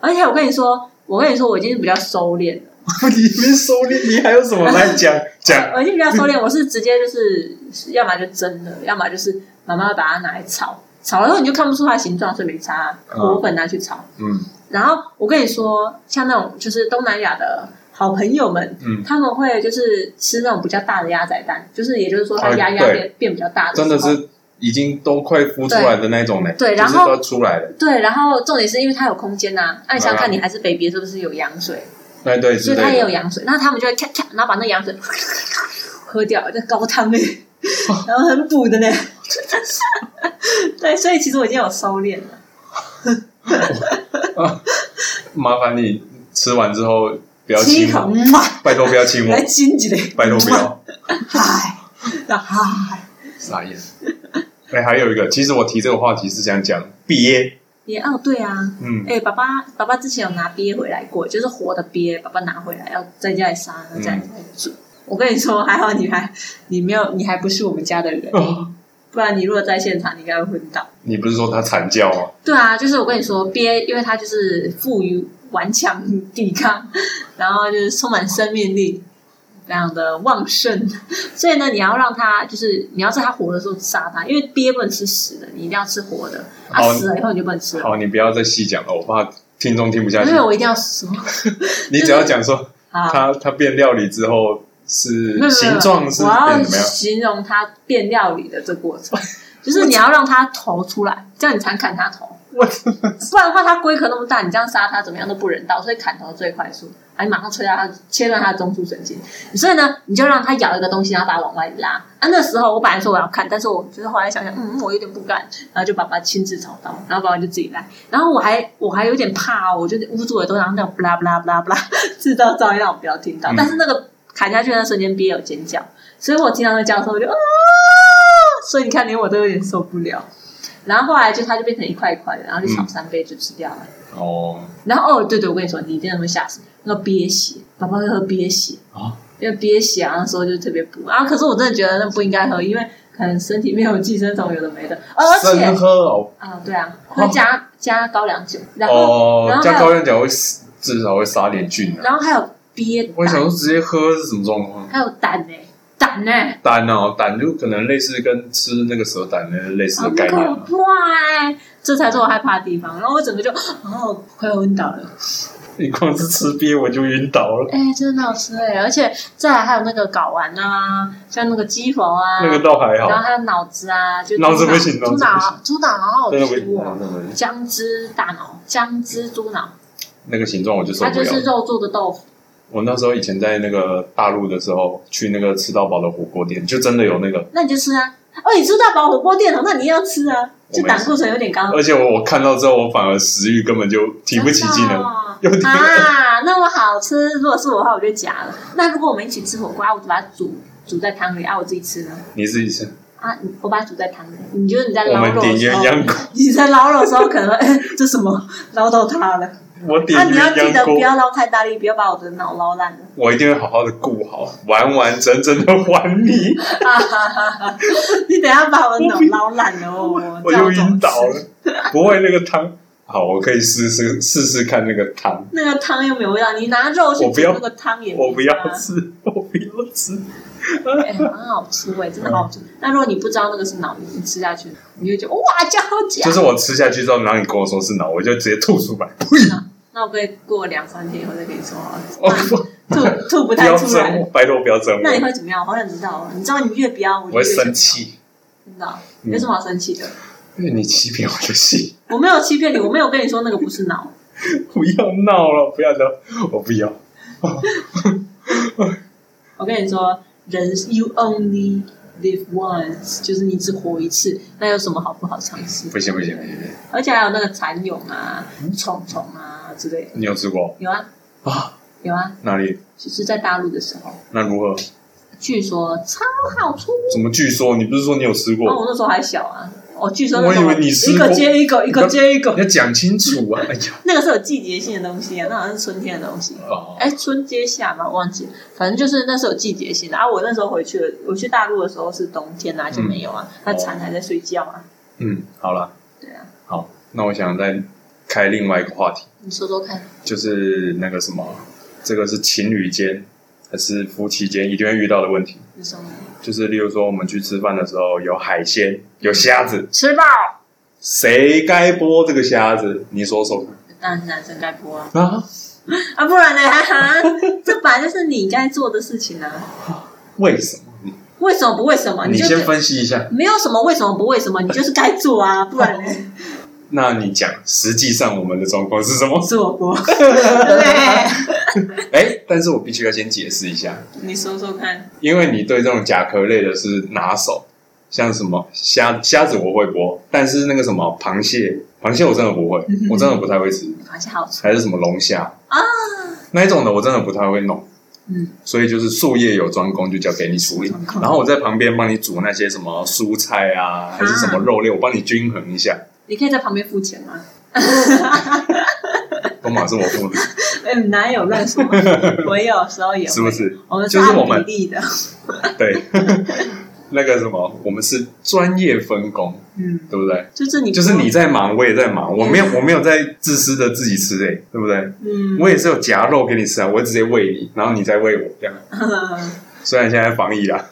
[SPEAKER 1] 而且我跟你说，我跟你说，我已经比较收敛了，
[SPEAKER 2] <laughs> 你没收敛，你还有什么来讲讲？
[SPEAKER 1] 我已经比较收敛，我是直接就是，要么就蒸的，要么就是妈妈会把它拿来炒，炒了以后你就看不出它的形状，所以没差啊。
[SPEAKER 2] 嗯
[SPEAKER 1] 果粉拿去炒，
[SPEAKER 2] 嗯
[SPEAKER 1] 然后我跟你说，像那种就是东南亚的好朋友们，
[SPEAKER 2] 嗯，
[SPEAKER 1] 他们会就是吃那种比较大的鸭仔蛋，就是也就是说它
[SPEAKER 2] 哎
[SPEAKER 1] 鸭鸭
[SPEAKER 2] 对
[SPEAKER 1] 变变比较大的时
[SPEAKER 2] 真
[SPEAKER 1] 候，
[SPEAKER 2] 的是已经都快孵出来的那种嘞，
[SPEAKER 1] 对
[SPEAKER 2] 就
[SPEAKER 1] 然
[SPEAKER 2] 是
[SPEAKER 1] 后
[SPEAKER 2] 都要出来了。
[SPEAKER 1] 对，然后重点是因为它有空间呐、啊那你想想
[SPEAKER 2] 嗯
[SPEAKER 1] 看，你还是 baby 是不是有羊水？
[SPEAKER 2] 哎对对，
[SPEAKER 1] 所
[SPEAKER 2] 之
[SPEAKER 1] 以它也
[SPEAKER 2] 类
[SPEAKER 1] 有
[SPEAKER 2] 的。
[SPEAKER 1] 羊水，那他们就会咔咔，然后把那羊水 <laughs> 喝掉，这高汤呢，
[SPEAKER 2] 哦
[SPEAKER 1] 然后很补的呢。 <laughs> 对，所以其实我已经有收敛了。
[SPEAKER 2] 麻烦你吃完之后不要
[SPEAKER 1] 吃一
[SPEAKER 2] 亲
[SPEAKER 1] 口，
[SPEAKER 2] 我，
[SPEAKER 1] 嗯哇
[SPEAKER 2] 拜托不要
[SPEAKER 1] <laughs>
[SPEAKER 2] 亲我
[SPEAKER 1] 来，亲几嘞，
[SPEAKER 2] 拜托不
[SPEAKER 1] <laughs> 嗯哇，
[SPEAKER 2] 要，
[SPEAKER 1] 嗨，那嗨，
[SPEAKER 2] 傻眼。哎，还有一个，其实我提这个话题是想讲鳖，
[SPEAKER 1] 也哦，对啊，
[SPEAKER 2] 嗯，
[SPEAKER 1] 哎、爸爸，爸爸之前有拿鳖回来过，就是活的鳖，爸爸拿回来要在家里杀，然后家里
[SPEAKER 2] 嗯
[SPEAKER 1] 煮。我跟你说，还好你还你没有，你还不是我们家的人，
[SPEAKER 2] 哦
[SPEAKER 1] 不然你如果在现场，你应该会昏倒。
[SPEAKER 2] 你不是说它惨叫吗？
[SPEAKER 1] 对啊，就是我跟你说，鳖，因为它就是富于顽强抵抗，然后就是充满生命力，非常的旺盛。所以呢，你要让它，就是你要在它活的时候杀它，因为鳖不能吃死的，你一定要吃活的。啊，
[SPEAKER 2] 好
[SPEAKER 1] 死了以后你就不能吃了。
[SPEAKER 2] 好，你不要再细讲了，我怕听众听不下去
[SPEAKER 1] 因为。我一定要说
[SPEAKER 2] 你只要讲说
[SPEAKER 1] 啊，嗯
[SPEAKER 2] 它它变料理之后
[SPEAKER 1] 没
[SPEAKER 2] 是
[SPEAKER 1] 有没有
[SPEAKER 2] 形状是
[SPEAKER 1] 我要
[SPEAKER 2] 变怎么样？
[SPEAKER 1] 形容它变料理的这过
[SPEAKER 2] <laughs>
[SPEAKER 1] 程，就是你要让它头出来，这样你才砍它头。
[SPEAKER 2] 我
[SPEAKER 1] 不然的话，它龟壳那么大，你这样杀它怎么样都不人道，所以砍头最快速，啊，你马上吹到它，切断它的中枢神经。所以呢，你就让它咬一个东西，然后把它往外拉。啊，那时候我本来说我要看，但是我就是后来想想，嗯，我有点不敢，然后就爸爸亲自操刀，然后爸爸就自己来，然后我还我还有点怕哦，我就捂住耳朵，然后那种不啦不啦不啦不啦， <laughs> 制造噪音让我不要听到。
[SPEAKER 2] 嗯
[SPEAKER 1] 但是那个砍下去的瞬间，憋有尖叫，所以我听到那个叫的时候，我就啊，所以你看，连我都有点受不了。然后后来就它就变成一块一块的，然后就炒
[SPEAKER 2] 嗯
[SPEAKER 1] 三杯就吃掉了。
[SPEAKER 2] 哦
[SPEAKER 1] 然后哦，对对，我跟你说，你一定会吓死，那个憋血，爸爸会喝憋血，
[SPEAKER 2] 啊，
[SPEAKER 1] 因为憋血啊，那时候就特别补啊。可是我真的觉得那不应该喝，因为可能身体没有寄生虫，有的没的，而
[SPEAKER 2] 生
[SPEAKER 1] 且
[SPEAKER 2] 喝哦
[SPEAKER 1] 啊，对啊，会加、加高粱酒，然后、然后还
[SPEAKER 2] 哦，
[SPEAKER 1] 有
[SPEAKER 2] 加高粱酒会死至少会杀点菌的。
[SPEAKER 1] 然后还有憋
[SPEAKER 2] 我想
[SPEAKER 1] 胆，
[SPEAKER 2] 说直接喝是什么状况？
[SPEAKER 1] 还有胆呢、胆呢、
[SPEAKER 2] 胆哦，胆就可能类似跟吃那个蛇胆那类似
[SPEAKER 1] 好
[SPEAKER 2] 的概念
[SPEAKER 1] 可
[SPEAKER 2] 啊。
[SPEAKER 1] 怕、欸！这才是我害怕的地方。然后我整个就，哦，快要昏倒了。
[SPEAKER 2] 你光是吃鳖我就晕倒了，
[SPEAKER 1] 哎、真的很好吃哎、而且再来还有那个睾丸啊，像那个鸡佛啊，
[SPEAKER 2] 那个倒还
[SPEAKER 1] 然后
[SPEAKER 2] 好，
[SPEAKER 1] 还有脑子啊，就
[SPEAKER 2] 脑子不行
[SPEAKER 1] 猪脑
[SPEAKER 2] 脑
[SPEAKER 1] 啊，猪脑好好
[SPEAKER 2] 真的不行
[SPEAKER 1] 吃，哦。
[SPEAKER 2] 真的不行
[SPEAKER 1] 姜汁大脑，姜汁猪脑，
[SPEAKER 2] 那个形状我就受
[SPEAKER 1] 它
[SPEAKER 2] 不
[SPEAKER 1] 就是
[SPEAKER 2] 了。
[SPEAKER 1] 肉做的豆腐。
[SPEAKER 2] 我那时候以前在那个大陆的时候，去那个吃到饱的火锅店，就真的有那个，
[SPEAKER 1] 那你就吃啊！哦，你吃大饱火锅店了，那你要吃啊！
[SPEAKER 2] 我没
[SPEAKER 1] 就胆固醇有点高，哦
[SPEAKER 2] 而且我我看到之后，我反而食欲根本就提不起劲
[SPEAKER 1] 真的
[SPEAKER 2] 了，
[SPEAKER 1] 哦
[SPEAKER 2] 有点
[SPEAKER 1] 啊，那么好吃，如果是我的话，我就夹了。那如果我们一起吃火锅，啊我就把它煮煮在汤里，啊，我自己吃呢。
[SPEAKER 2] 你自己吃，
[SPEAKER 1] 啊，你我把它煮在汤里，你觉得你在
[SPEAKER 2] 我
[SPEAKER 1] 捞
[SPEAKER 2] 们
[SPEAKER 1] 肉
[SPEAKER 2] 点
[SPEAKER 1] 的时
[SPEAKER 2] 鸳
[SPEAKER 1] 候，<laughs>
[SPEAKER 2] 鸯锅，
[SPEAKER 1] 你在捞肉的时候可能会、 <laughs> 哎这什么捞到它了。
[SPEAKER 2] 我点
[SPEAKER 1] 啊，你要
[SPEAKER 2] 鸳
[SPEAKER 1] 记得
[SPEAKER 2] 鸯
[SPEAKER 1] 不
[SPEAKER 2] 锅，
[SPEAKER 1] 要捞太大力，不要把我的脑捞烂了。 <laughs>
[SPEAKER 2] 我一定会好好的顾好，完完整整 <laughs> 的
[SPEAKER 1] <laughs>
[SPEAKER 2] 还你，
[SPEAKER 1] 哈哈哈哈你等一下把我的脑捞烂了哦，
[SPEAKER 2] 我
[SPEAKER 1] 这样
[SPEAKER 2] 就
[SPEAKER 1] 怎么
[SPEAKER 2] 晕倒
[SPEAKER 1] 吃。
[SPEAKER 2] 了。不会那个汤，好，我可以试试试试看那个汤，
[SPEAKER 1] 那个汤又没有味道，你拿肉去
[SPEAKER 2] 我不
[SPEAKER 1] 煮
[SPEAKER 2] 要
[SPEAKER 1] 那个汤也没
[SPEAKER 2] 我不
[SPEAKER 1] 差
[SPEAKER 2] 要吃，我不要吃。
[SPEAKER 1] 哎，很好吃哎，真的好好
[SPEAKER 2] 嗯
[SPEAKER 1] 吃。那如果你不知道那个是脑，你吃下去，你就觉得哇，这好
[SPEAKER 2] 就
[SPEAKER 1] 假。
[SPEAKER 2] 是我吃下去之后，然后你跟我说是脑，我就直接吐出来。呸！
[SPEAKER 1] 那我可以过两三天以后再跟你说好了，
[SPEAKER 2] <laughs> 哦，
[SPEAKER 1] 吐吐不
[SPEAKER 2] <laughs> 不
[SPEAKER 1] 太
[SPEAKER 2] 要
[SPEAKER 1] 出
[SPEAKER 2] 整我，
[SPEAKER 1] 来。
[SPEAKER 2] 拜托不要整
[SPEAKER 1] 那你
[SPEAKER 2] 我，
[SPEAKER 1] 会怎么样？我好想知道哦。你知道你越不要，我
[SPEAKER 2] 我
[SPEAKER 1] 就
[SPEAKER 2] 会
[SPEAKER 1] 越想
[SPEAKER 2] 生
[SPEAKER 1] 要。
[SPEAKER 2] 气，
[SPEAKER 1] 真的哦，
[SPEAKER 2] 嗯
[SPEAKER 1] 有什么好生气的？
[SPEAKER 2] 因为你欺骗我的心。 <laughs>
[SPEAKER 1] 我没有欺骗你，我没有跟你说那个不是脑。
[SPEAKER 2] 不要闹了，不要闹，我不要。
[SPEAKER 1] 我跟你说，人 you only live once，就是你只活一次，那有什么好不好尝试？
[SPEAKER 2] 不行嗯不行不行，不行
[SPEAKER 1] 而且还有那个蚕蛹啊、虫虫啊之类的，
[SPEAKER 2] 你有吃过
[SPEAKER 1] 有啊
[SPEAKER 2] 啊？
[SPEAKER 1] 有啊，
[SPEAKER 2] 哪里？
[SPEAKER 1] 就是在大陆的时候，
[SPEAKER 2] 那如何？
[SPEAKER 1] 据说超好吃。
[SPEAKER 2] 怎么？据说你不是说你有吃
[SPEAKER 1] 然后
[SPEAKER 2] 过？
[SPEAKER 1] 我那时候还小啊，我据说
[SPEAKER 2] 我
[SPEAKER 1] 那时候
[SPEAKER 2] 以为你吃
[SPEAKER 1] 一个
[SPEAKER 2] 过
[SPEAKER 1] 接一个，一个接一个
[SPEAKER 2] 你，要讲清楚啊！哎呀，
[SPEAKER 1] 那个是有季节性的东西啊，那好像是春天的东西。
[SPEAKER 2] 哦，
[SPEAKER 1] 哎，春接夏吧，我忘记了，反正就是那时候有季节性的啊。我那时候回去了，我去大陆的时候是冬天啊，就没有啊，那蚕还在睡觉啊。
[SPEAKER 2] 嗯，好了，
[SPEAKER 1] 对啊，
[SPEAKER 2] 好，那我想再开另外一个话题，
[SPEAKER 1] 你说说看。
[SPEAKER 2] 就是那个什么，这个是情侣间还是夫妻间一定会遇到的问题。
[SPEAKER 1] 是什么？
[SPEAKER 2] 就是例如说我们去吃饭的时候有海鲜有虾子，
[SPEAKER 1] 吃饱，
[SPEAKER 2] 谁该剥这个虾子？你说说
[SPEAKER 1] 当然是男生该播啊，
[SPEAKER 2] 啊？
[SPEAKER 1] 啊，不然呢？ <laughs> 哈哈，这本来就是你该做的事情啊。
[SPEAKER 2] 为什么？你
[SPEAKER 1] 为什么不为什么？
[SPEAKER 2] 你
[SPEAKER 1] 就
[SPEAKER 2] 先分析一下。
[SPEAKER 1] 没有什么为什么不为什么，你就是该做啊，不然呢？
[SPEAKER 2] 那你讲，实际上我们的状况是什么？
[SPEAKER 1] <laughs> 是我播，对，
[SPEAKER 2] 哎，但是我必须要先解释一下，
[SPEAKER 1] 你说说看。
[SPEAKER 2] 因为你对这种甲壳类的是拿手，像什么虾虾子我会剥，但是那个什么螃蟹，螃蟹我真的不会，我真的不太会吃，
[SPEAKER 1] 螃蟹好吃，
[SPEAKER 2] 还是什么龙虾
[SPEAKER 1] 嗯啊，
[SPEAKER 2] 那一种的我真的不太会弄。
[SPEAKER 1] 嗯，
[SPEAKER 2] 所以就是术业有专攻，就交给你处理
[SPEAKER 1] 专。攻
[SPEAKER 2] 然后我在旁边帮你煮那些什么蔬菜啊，还是什么肉类，我帮你均衡一下。
[SPEAKER 1] 你可以在旁边付钱吗？
[SPEAKER 2] 都马是我付的，
[SPEAKER 1] 嗯，哪有乱
[SPEAKER 2] <laughs>
[SPEAKER 1] 说？我有时候也
[SPEAKER 2] 是不是？
[SPEAKER 1] 我们是
[SPEAKER 2] 就是我
[SPEAKER 1] 按
[SPEAKER 2] 们
[SPEAKER 1] 比例的，
[SPEAKER 2] 对， <laughs> 那个什么，我们是专业分工，
[SPEAKER 1] 嗯，
[SPEAKER 2] 对不对？
[SPEAKER 1] 就是你，
[SPEAKER 2] 就是你，在忙，我也在忙，我没有我没有在自私的自己吃诶、对不对？
[SPEAKER 1] 嗯，
[SPEAKER 2] 我也是有夹肉给你吃啊，我直接喂你，然后你再喂我这样。虽然现在防
[SPEAKER 1] <laughs>
[SPEAKER 2] 疫啊，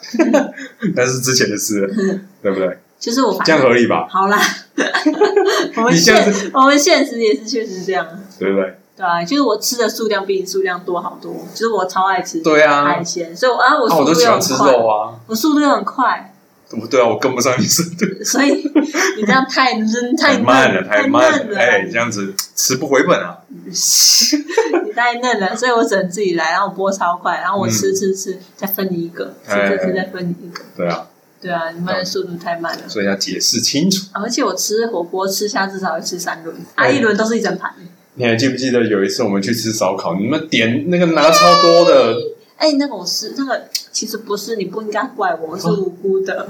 [SPEAKER 2] 但是之前的事了，对不对？
[SPEAKER 1] 就是我反
[SPEAKER 2] 这样合 <laughs> 理吧？
[SPEAKER 1] 好啦，我们
[SPEAKER 2] 你这样
[SPEAKER 1] 现我们现实也是确实这样啊。
[SPEAKER 2] 对不对？
[SPEAKER 1] 对啊，就是我吃的数量比你数量多好多，就是我超爱吃
[SPEAKER 2] 对啊
[SPEAKER 1] 海，鲜，所以我啊我
[SPEAKER 2] 啊，
[SPEAKER 1] 速
[SPEAKER 2] 我都
[SPEAKER 1] 度
[SPEAKER 2] 喜
[SPEAKER 1] 又
[SPEAKER 2] 欢
[SPEAKER 1] 很
[SPEAKER 2] 吃
[SPEAKER 1] 快，
[SPEAKER 2] 肉啊，
[SPEAKER 1] 我速度又很快，
[SPEAKER 2] 怎么对啊？我跟不上你速度，
[SPEAKER 1] 所以 <laughs> 你这样太嫩太
[SPEAKER 2] 太
[SPEAKER 1] 嫩
[SPEAKER 2] 慢了，
[SPEAKER 1] 太
[SPEAKER 2] 太
[SPEAKER 1] 嫩
[SPEAKER 2] 慢
[SPEAKER 1] 了，
[SPEAKER 2] 了，哎，这样子吃不回本啊。
[SPEAKER 1] <laughs> 你太嫩了，所以我只能自己来，然后我剥超快，然后我吃吃吃，再分你一个，吃
[SPEAKER 2] 嗯哎
[SPEAKER 1] 吃吃再分你一个，
[SPEAKER 2] 对啊，
[SPEAKER 1] 对啊，你们的速度太慢了。啊
[SPEAKER 2] 所以要解释清楚。
[SPEAKER 1] 而且我吃火锅吃虾至少要吃三轮，
[SPEAKER 2] 哎
[SPEAKER 1] 啊，一轮都是一整盘。
[SPEAKER 2] 你还记不记得有一次我们去吃烧烤，你们点那个拿超多的，
[SPEAKER 1] 哎、那个我是那个，其实不是，你不应该怪我，我是无辜的。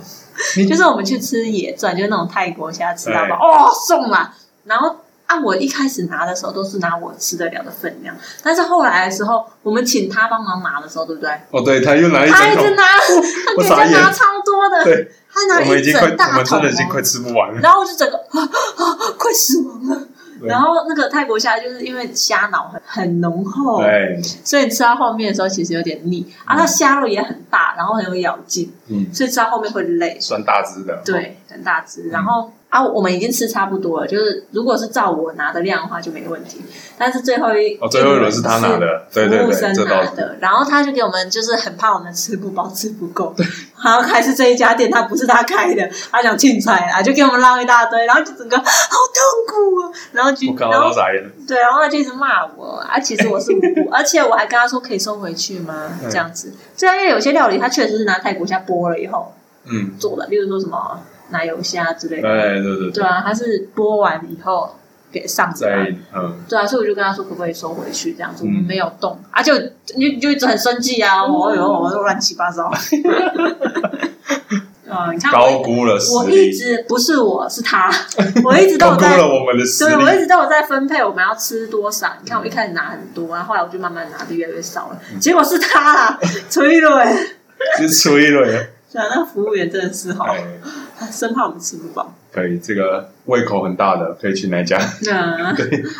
[SPEAKER 1] <laughs>
[SPEAKER 2] 你哎
[SPEAKER 1] 就是我们去吃野转，就是那种泰国虾吃到
[SPEAKER 2] 对
[SPEAKER 1] 饱，哦，送啦。然后啊，我一开始拿的时候都是拿我吃得了的分量，但是后来的时候，我们请他帮忙拿的时候，对不对？
[SPEAKER 2] 哦，对，他又拿一
[SPEAKER 1] 他一
[SPEAKER 2] 整
[SPEAKER 1] 直
[SPEAKER 2] 桶， <laughs>
[SPEAKER 1] 拿，他
[SPEAKER 2] 我
[SPEAKER 1] 给
[SPEAKER 2] 傻
[SPEAKER 1] 他
[SPEAKER 2] 眼
[SPEAKER 1] 拿超多的，
[SPEAKER 2] 对，
[SPEAKER 1] 他拿
[SPEAKER 2] 我们已
[SPEAKER 1] 一
[SPEAKER 2] 经快，
[SPEAKER 1] 整
[SPEAKER 2] 我
[SPEAKER 1] 大桶、
[SPEAKER 2] 们真
[SPEAKER 1] 哦
[SPEAKER 2] 的已经快吃不完了。
[SPEAKER 1] 然后我就整个啊啊，快死亡了。
[SPEAKER 2] 对
[SPEAKER 1] 然后那个泰国虾就是因为虾脑很很浓厚，
[SPEAKER 2] 对，
[SPEAKER 1] 所以吃到后面的时候其实有点腻啊。
[SPEAKER 2] 嗯
[SPEAKER 1] 它虾肉也很大，然后很有咬劲，
[SPEAKER 2] 嗯，
[SPEAKER 1] 所以吃到后面会累。
[SPEAKER 2] 算大只的，，
[SPEAKER 1] 对，很大
[SPEAKER 2] 嗯
[SPEAKER 1] 只。然后啊，我们已经吃差不多了，就是如果是照我拿的量的话就没问题。但是最后一
[SPEAKER 2] 哦，最后一轮是他拿的，对对
[SPEAKER 1] 服务
[SPEAKER 2] 对，
[SPEAKER 1] 生
[SPEAKER 2] 这倒
[SPEAKER 1] 拿
[SPEAKER 2] 是，
[SPEAKER 1] 的，然后他就给我们，就是很怕我们吃不饱、吃不
[SPEAKER 2] <laughs>
[SPEAKER 1] 够，然后还是这一家店，他不是他开的，他想庆财啊，就给我们捞一大堆，然后就整个好痛苦啊，然后就
[SPEAKER 2] 我靠，
[SPEAKER 1] 然
[SPEAKER 2] 到
[SPEAKER 1] 后
[SPEAKER 2] 傻眼了。
[SPEAKER 1] 对，然后他就一直骂我啊，其实我是无
[SPEAKER 2] <laughs>
[SPEAKER 1] 辜，而且我还跟他说可以收回去吗？
[SPEAKER 2] 嗯
[SPEAKER 1] 这样子，虽然因为有些料理他确实是拿泰国虾剥了以后
[SPEAKER 2] 嗯，
[SPEAKER 1] 做的，例如说什么奶油虾之类的，
[SPEAKER 2] 哎，对对
[SPEAKER 1] 对，啊，他是剥完以后给上的啊
[SPEAKER 2] 在嗯，
[SPEAKER 1] 对啊，所以我就跟他说可不可以收回去这样子，我们
[SPEAKER 2] 嗯
[SPEAKER 1] 没有动，啊就你就就一直很生气啊，我有我都乱七八
[SPEAKER 2] <laughs>
[SPEAKER 1] 糟。啊，你看
[SPEAKER 2] 高
[SPEAKER 1] 我
[SPEAKER 2] 估了实
[SPEAKER 1] 我一
[SPEAKER 2] 力，
[SPEAKER 1] 直不是我是
[SPEAKER 2] <laughs>
[SPEAKER 1] 他，我一直都
[SPEAKER 2] 高
[SPEAKER 1] 有
[SPEAKER 2] 估
[SPEAKER 1] 在，
[SPEAKER 2] 了我们的实
[SPEAKER 1] 对我一
[SPEAKER 2] 力。
[SPEAKER 1] 直都有在分配我们要吃多少。你看我一开始拿很多，然后后来我就慢慢拿的越来越少了，
[SPEAKER 2] 嗯
[SPEAKER 1] 结果是他
[SPEAKER 2] <laughs>
[SPEAKER 1] 啦，崔伦。
[SPEAKER 2] 就吹了，
[SPEAKER 1] 对啊，那个服务员真的是好，
[SPEAKER 2] 哎，
[SPEAKER 1] 生怕我们吃不饱。
[SPEAKER 2] 可以，这个胃口很大的可以去那家， <laughs>
[SPEAKER 1] 那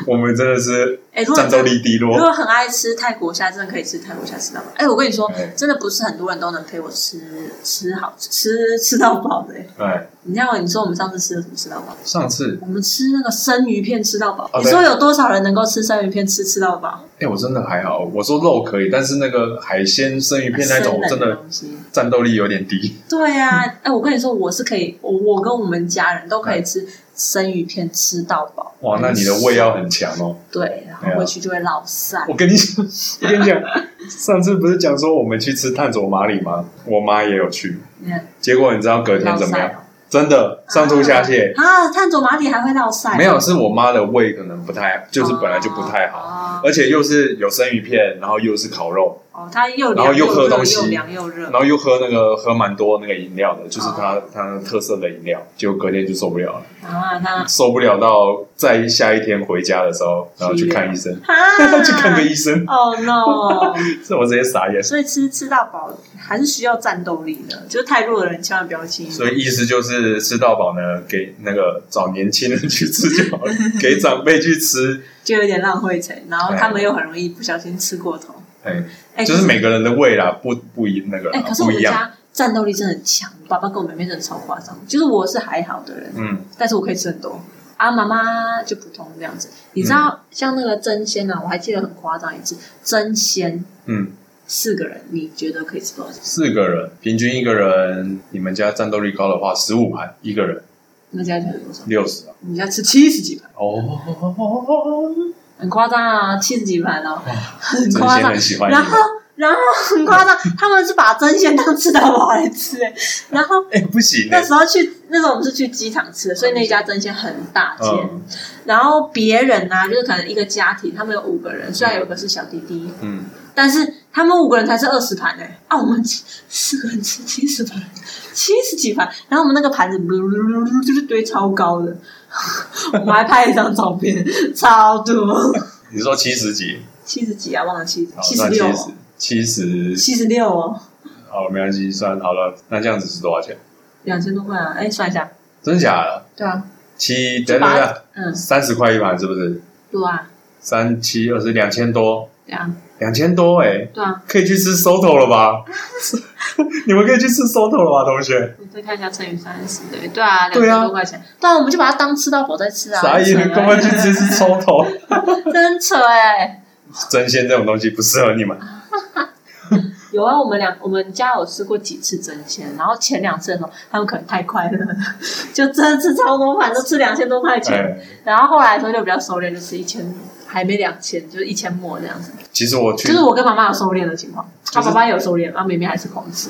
[SPEAKER 2] 我们真的是
[SPEAKER 1] 啊哎，如果
[SPEAKER 2] 战斗力低
[SPEAKER 1] 如
[SPEAKER 2] 落，
[SPEAKER 1] 果很爱吃泰国虾，真的可以吃泰国虾吃到饱。哎、我跟你说
[SPEAKER 2] 哎，
[SPEAKER 1] 真的不是很多人都能陪我吃吃好吃吃到饱的、哎
[SPEAKER 2] 哎，
[SPEAKER 1] 你看我，你说我们上次吃了什么吃到饱？
[SPEAKER 2] 上次，
[SPEAKER 1] 我们吃那个生鱼片吃到饱。
[SPEAKER 2] 哦
[SPEAKER 1] 你说有多少人能够吃生鱼片吃吃到饱？
[SPEAKER 2] 哎，我真的还好，我说肉可以，但是那个海鲜生鱼片那种，我
[SPEAKER 1] 生冷
[SPEAKER 2] 真的
[SPEAKER 1] 东西。
[SPEAKER 2] 战斗力有点低，
[SPEAKER 1] 对呀、啊，哎、我跟你说，我是可以，我我跟我们家人都可以吃生鱼片吃到饱。
[SPEAKER 2] 嗯哇，那你的胃要很强哦。
[SPEAKER 1] 对，然后
[SPEAKER 2] 对啊
[SPEAKER 1] 回去就会落晒。
[SPEAKER 2] 我跟你讲，我跟你讲，上次不是讲说我们去吃炭佐麻里吗？我妈也有去，
[SPEAKER 1] 你看，
[SPEAKER 2] 结果你知道隔天
[SPEAKER 1] 落
[SPEAKER 2] 怎么
[SPEAKER 1] 晒
[SPEAKER 2] 样？真的上吐下泻，
[SPEAKER 1] 啊！碳佐马里还会落晒？
[SPEAKER 2] 没有，是我妈的胃可能不太，就是本来就不太好，
[SPEAKER 1] 好
[SPEAKER 2] 而且又是有生鱼片，然后又是烤肉，
[SPEAKER 1] 哦，它又
[SPEAKER 2] 然后
[SPEAKER 1] 凉
[SPEAKER 2] 又喝
[SPEAKER 1] 热
[SPEAKER 2] 东西
[SPEAKER 1] 又凉又热
[SPEAKER 2] 然。后又喝那个喝蛮多那个饮料的，就是
[SPEAKER 1] 哦
[SPEAKER 2] 她她特色的饮料，结果隔天就受不了了，
[SPEAKER 1] 啊，那
[SPEAKER 2] 受不了到在下一天回家的时候，然后去看医生， <laughs>
[SPEAKER 1] 啊，
[SPEAKER 2] 去看个 <laughs> 医生，
[SPEAKER 1] 哦 no！
[SPEAKER 2] 这我直接傻眼。
[SPEAKER 1] 所以吃吃到饱还是需要战斗力的，就是太弱的人千万不要轻易。
[SPEAKER 2] 所以意思就是吃到饱呢，给那个找年轻人去吃就好了，给长辈去吃，
[SPEAKER 1] 就有点浪费钱，然后他们又很容易不小心吃过头。
[SPEAKER 2] 哎，
[SPEAKER 1] 哎、
[SPEAKER 2] 就是每个人的胃啦，不不一那个
[SPEAKER 1] 哎、
[SPEAKER 2] 啦
[SPEAKER 1] 可，是我
[SPEAKER 2] 不
[SPEAKER 1] 们
[SPEAKER 2] 一样。
[SPEAKER 1] 家战斗力真的很强，我爸爸跟我妹妹真的超夸张。就是我是还好的人，
[SPEAKER 2] 嗯，
[SPEAKER 1] 但是我可以吃很多。啊，妈妈就普通这样子。你知
[SPEAKER 2] 嗯
[SPEAKER 1] 道，像那个真鲜啊，我还记得很夸张一次，真鲜
[SPEAKER 2] 嗯，
[SPEAKER 1] 四个人，你觉得可以吃多少钱？
[SPEAKER 2] 四个人平均一个人，你们家战斗力高的话，十五盘一个人
[SPEAKER 1] 那家就有多少？
[SPEAKER 2] 六十啊。
[SPEAKER 1] 我们家吃七十几盘，
[SPEAKER 2] 哦，
[SPEAKER 1] 很夸张啊，七十几盘哦，很
[SPEAKER 2] 真
[SPEAKER 1] 夸
[SPEAKER 2] 心
[SPEAKER 1] 张
[SPEAKER 2] 很。喜欢你
[SPEAKER 1] 然。后，然后很夸张，他们是把真鲜当吃到饱来吃、哎然后
[SPEAKER 2] 哎，不行
[SPEAKER 1] 那
[SPEAKER 2] 欸，
[SPEAKER 1] 时候去，那时候我们是去机场吃的，所以那家真鲜很大间。
[SPEAKER 2] 嗯
[SPEAKER 1] 然后别人啊，就是可能一个家庭，他们有五个人，虽然有个是小弟弟，
[SPEAKER 2] 嗯，
[SPEAKER 1] 但是他们五个人才是二十盘哎、啊，我们七四个人吃七十盘，七十几盘，然后我们那个盘子就是堆超高的，我们还拍了一张照片，超多，
[SPEAKER 2] 你说七十几，
[SPEAKER 1] 七十几啊，忘了七
[SPEAKER 2] 好，
[SPEAKER 1] 七十
[SPEAKER 2] 算
[SPEAKER 1] 六
[SPEAKER 2] 七
[SPEAKER 1] 哦
[SPEAKER 2] 十，，七十，
[SPEAKER 1] 七十六哦，
[SPEAKER 2] 好，没关系，算好了。那这样子是多少钱？
[SPEAKER 1] 两千多块啊，哎，算一下，
[SPEAKER 2] 真假的？
[SPEAKER 1] 对啊，
[SPEAKER 2] 七，等等
[SPEAKER 1] 把它
[SPEAKER 2] 等，
[SPEAKER 1] 嗯，
[SPEAKER 2] 三十块一盘是不是？
[SPEAKER 1] 对啊，
[SPEAKER 2] 三七二十两千多，
[SPEAKER 1] 对啊，
[SPEAKER 2] 两千多哎、
[SPEAKER 1] 对啊，
[SPEAKER 2] 可以去吃 Soto 了吧？ <laughs> 你们可以去吃 Soto 了吧，同学？
[SPEAKER 1] 你再看一下乘以三十，对对啊，两
[SPEAKER 2] 对啊
[SPEAKER 1] 千多块钱，对啊，我们就把它当吃到饱再吃啊，
[SPEAKER 2] 傻眼，
[SPEAKER 1] 很扯
[SPEAKER 2] 干嘛去吃 Soto？
[SPEAKER 1] <laughs> 欸真扯哎！
[SPEAKER 2] 真鲜这种东西不适合你们。
[SPEAKER 1] 有啊，我们两我们家有吃过几次蒸鲜，然后前两次的时候，他们可能太快乐了，就真的吃超多饭，都吃两千多块钱，
[SPEAKER 2] 哎，
[SPEAKER 1] 然后后来的时候就比较收敛，就吃一千，还没两千，就是一千末这样子。
[SPEAKER 2] 其实我去，
[SPEAKER 1] 就是我跟妈妈有收敛的情况，
[SPEAKER 2] 就
[SPEAKER 1] 他、
[SPEAKER 2] 是
[SPEAKER 1] 爸爸也有收敛，然啊后妹妹还是狂吃。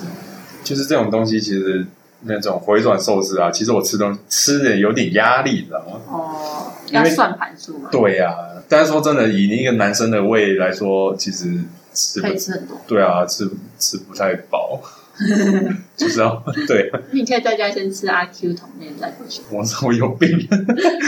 [SPEAKER 2] 就是这种东西，其实那种回转寿司啊，其实我吃东吃的有点压力，你知道吗？
[SPEAKER 1] 哦，
[SPEAKER 2] 因
[SPEAKER 1] 要
[SPEAKER 2] 为
[SPEAKER 1] 算盘数嘛，
[SPEAKER 2] 对呀、但是说真的，以你一个男生的胃来说，其实吃不
[SPEAKER 1] 可以吃很多。
[SPEAKER 2] 对啊，吃吃不太饱， <laughs> 就是要 <laughs> 对
[SPEAKER 1] 你可以在家先吃阿 Q 桶面再回去，
[SPEAKER 2] 我我有病，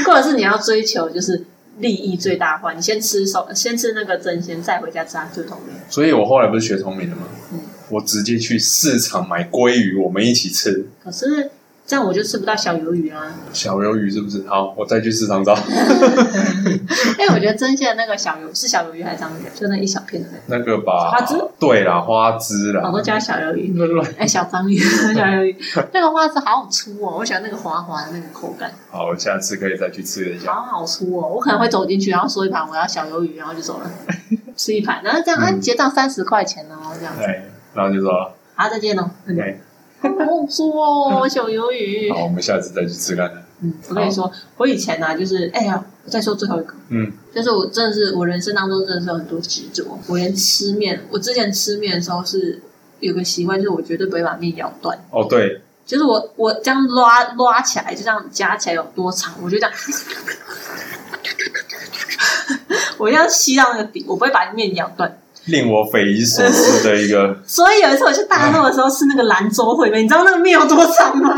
[SPEAKER 1] 或者是你要追求就是利益最大化，你先吃手，先吃那个蒸鲜，再回家吃阿 Q 桶面。
[SPEAKER 2] 所以我后来不是学聪明了吗？
[SPEAKER 1] 嗯
[SPEAKER 2] 我直接去市场买鲑鱼，我们一起吃
[SPEAKER 1] 可是这样我就吃不到小鱿鱼啊啦、
[SPEAKER 2] 小鱿鱼，是不是？好，我再去市场找。
[SPEAKER 1] <laughs> 因为我觉得蒸鲜的那个小鱿是小鱿鱼还是章鱼，啊就那一小片的，
[SPEAKER 2] 那个吧，
[SPEAKER 1] 花枝哦
[SPEAKER 2] 对啦，花枝啦，
[SPEAKER 1] 我都叫小鱿鱼。
[SPEAKER 2] 那乱
[SPEAKER 1] 哎、小章鱼， <laughs> 小鱿鱼，那个花枝好好粗哦，我喜欢那个滑滑的那个口感，
[SPEAKER 2] 好，下次可以再去吃一下。
[SPEAKER 1] 好好粗哦。我可能会走进去，然后说一盘我要小鱿鱼，然后就走了，吃一盘，然后这样，啊，
[SPEAKER 2] 嗯
[SPEAKER 1] 结账三十块钱哦，这样子，
[SPEAKER 2] 哎，然后就说，
[SPEAKER 1] 好，再见喽。
[SPEAKER 2] 哎，
[SPEAKER 1] 好好粗哦，小鱿鱼。
[SPEAKER 2] 好，我们下次再去吃看看。
[SPEAKER 1] 嗯，我跟你说，我以前呢、就是，哎呀，我再说最后一个，
[SPEAKER 2] 嗯，
[SPEAKER 1] 就是我真的是我人生当中真的是有很多执着，我连吃面，我之前吃面的时候是有个习惯，就是我绝对不会把面咬断。
[SPEAKER 2] 哦，对，
[SPEAKER 1] 就是我我这样拉拉起来，就这样夹起来有多长，我就这样， <laughs> 我这样吸到那个底，我不会把面咬断。
[SPEAKER 2] 令我匪夷所思的
[SPEAKER 1] <laughs>
[SPEAKER 2] 一个，
[SPEAKER 1] 所以有一次我去大陆的时候吃那个兰州烩面，你知道那个面有多长吗？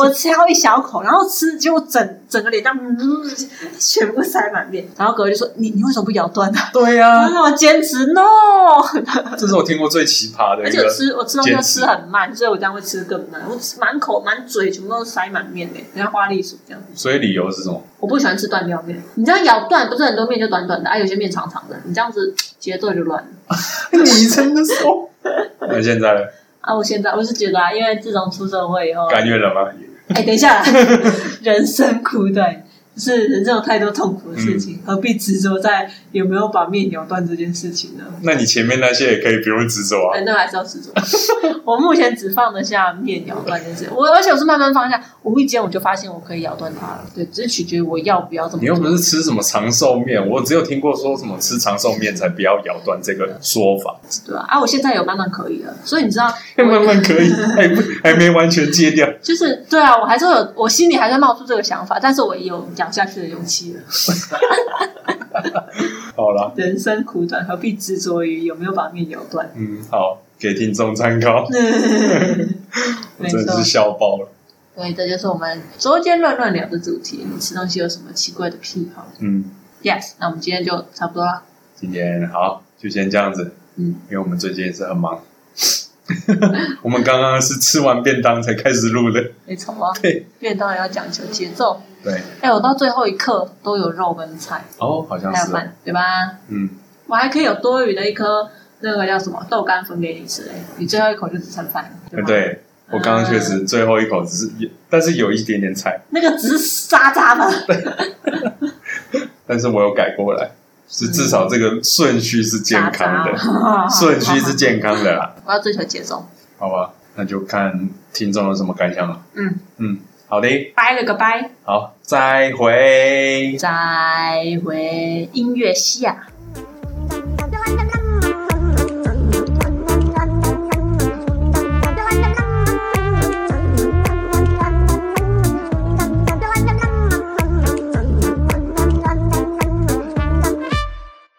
[SPEAKER 1] 我挑一小口，然后吃，结果整整个脸这样，嗯全部塞满面。然后哥就说：“你你为什么不咬断呢、<laughs>
[SPEAKER 2] 对
[SPEAKER 1] 啊？”
[SPEAKER 2] 呀，
[SPEAKER 1] 那我坚持 no，
[SPEAKER 2] 这是我听过最奇葩
[SPEAKER 1] 啊
[SPEAKER 2] 的
[SPEAKER 1] 而
[SPEAKER 2] 一
[SPEAKER 1] 且我
[SPEAKER 2] 个。
[SPEAKER 1] 吃我吃东西
[SPEAKER 2] 坚
[SPEAKER 1] 都
[SPEAKER 2] 持
[SPEAKER 1] 吃很慢，所以我这样会吃得更慢。我吃满口满嘴全部都塞满面嘞、人像花栗鼠这样。
[SPEAKER 2] 所以理由是什
[SPEAKER 1] <laughs>
[SPEAKER 2] 么？
[SPEAKER 1] 我不喜欢吃断掉面，你这样咬断，不是很多面就短短的，啊，有些面长长的，你这样子节奏就乱了。
[SPEAKER 2] 你真的说？那现在呢
[SPEAKER 1] 啊，我现在我是觉得啊，因为自从出社会以后，
[SPEAKER 2] 甘愿了吗？
[SPEAKER 1] <laughs> 哎，等一下啦，人生苦短，就是人生有太多痛苦的事
[SPEAKER 2] 嗯
[SPEAKER 1] 情，何必执着在有没有把面咬断这件事情呢？
[SPEAKER 2] 那你前面那些也可以不用执着啊。
[SPEAKER 1] 反正还是要执
[SPEAKER 2] <laughs>
[SPEAKER 1] 着。我目前只放得下面咬断这件事，我而且我是慢慢放下，无意间我就发现我可以咬断它了。对，只是取决于我要不要这么
[SPEAKER 2] 你又不
[SPEAKER 1] 做。
[SPEAKER 2] 是吃什么长寿面，我只有听过说什么吃长寿面才不要咬断这个说法。
[SPEAKER 1] 对啊，啊，我现在有慢慢可以了，所以你知道，
[SPEAKER 2] 慢慢可以，还不还没完全戒掉。
[SPEAKER 1] 就是对啊，我还是会有，我心里还在冒出这个想法，但是我也有讲下去的勇气了。
[SPEAKER 2] 好啦，
[SPEAKER 1] 人生苦短，何必执着于有没有把面咬断？
[SPEAKER 2] 嗯，好，给听众参考。我
[SPEAKER 1] 嗯没
[SPEAKER 2] 真的
[SPEAKER 1] 错
[SPEAKER 2] 是，笑爆了。
[SPEAKER 1] 所以这就是我们周间乱乱聊的主题。你吃东西有什么奇怪的癖好
[SPEAKER 2] 嗯，
[SPEAKER 1] ？Yes，那我们今天就差不多了。
[SPEAKER 2] 今天好，就先这样子。
[SPEAKER 1] 嗯，
[SPEAKER 2] 因为我们最近也是很忙。 <laughs> 我们刚刚是吃完便当才开始录的。
[SPEAKER 1] 没错啊
[SPEAKER 2] 对，
[SPEAKER 1] 便当也要讲求节奏。
[SPEAKER 2] 对，
[SPEAKER 1] 哎、我到最后一刻都有肉跟菜，
[SPEAKER 2] 哦，好像
[SPEAKER 1] 还有
[SPEAKER 2] 是哦。
[SPEAKER 1] 饭，对吧？
[SPEAKER 2] 嗯，
[SPEAKER 1] 我还可以有多余的一颗那个叫什么豆干分给你吃、哎，你最后一口就只剩饭了，对吧？嗯
[SPEAKER 2] 对。我刚刚确实最后一口只是，但是有一点点菜，
[SPEAKER 1] 那个只是沙渣吧。
[SPEAKER 2] 但是我有改过来，是至少这个顺序是健康的，
[SPEAKER 1] 的
[SPEAKER 2] <laughs> 顺序是健康的啦。
[SPEAKER 1] <laughs> 我要追求节奏。
[SPEAKER 2] 好吧，那就看听众有什么感想了。
[SPEAKER 1] 嗯
[SPEAKER 2] 嗯，好的，
[SPEAKER 1] 拜了个拜，
[SPEAKER 2] 好，再会。
[SPEAKER 1] 再回音乐下。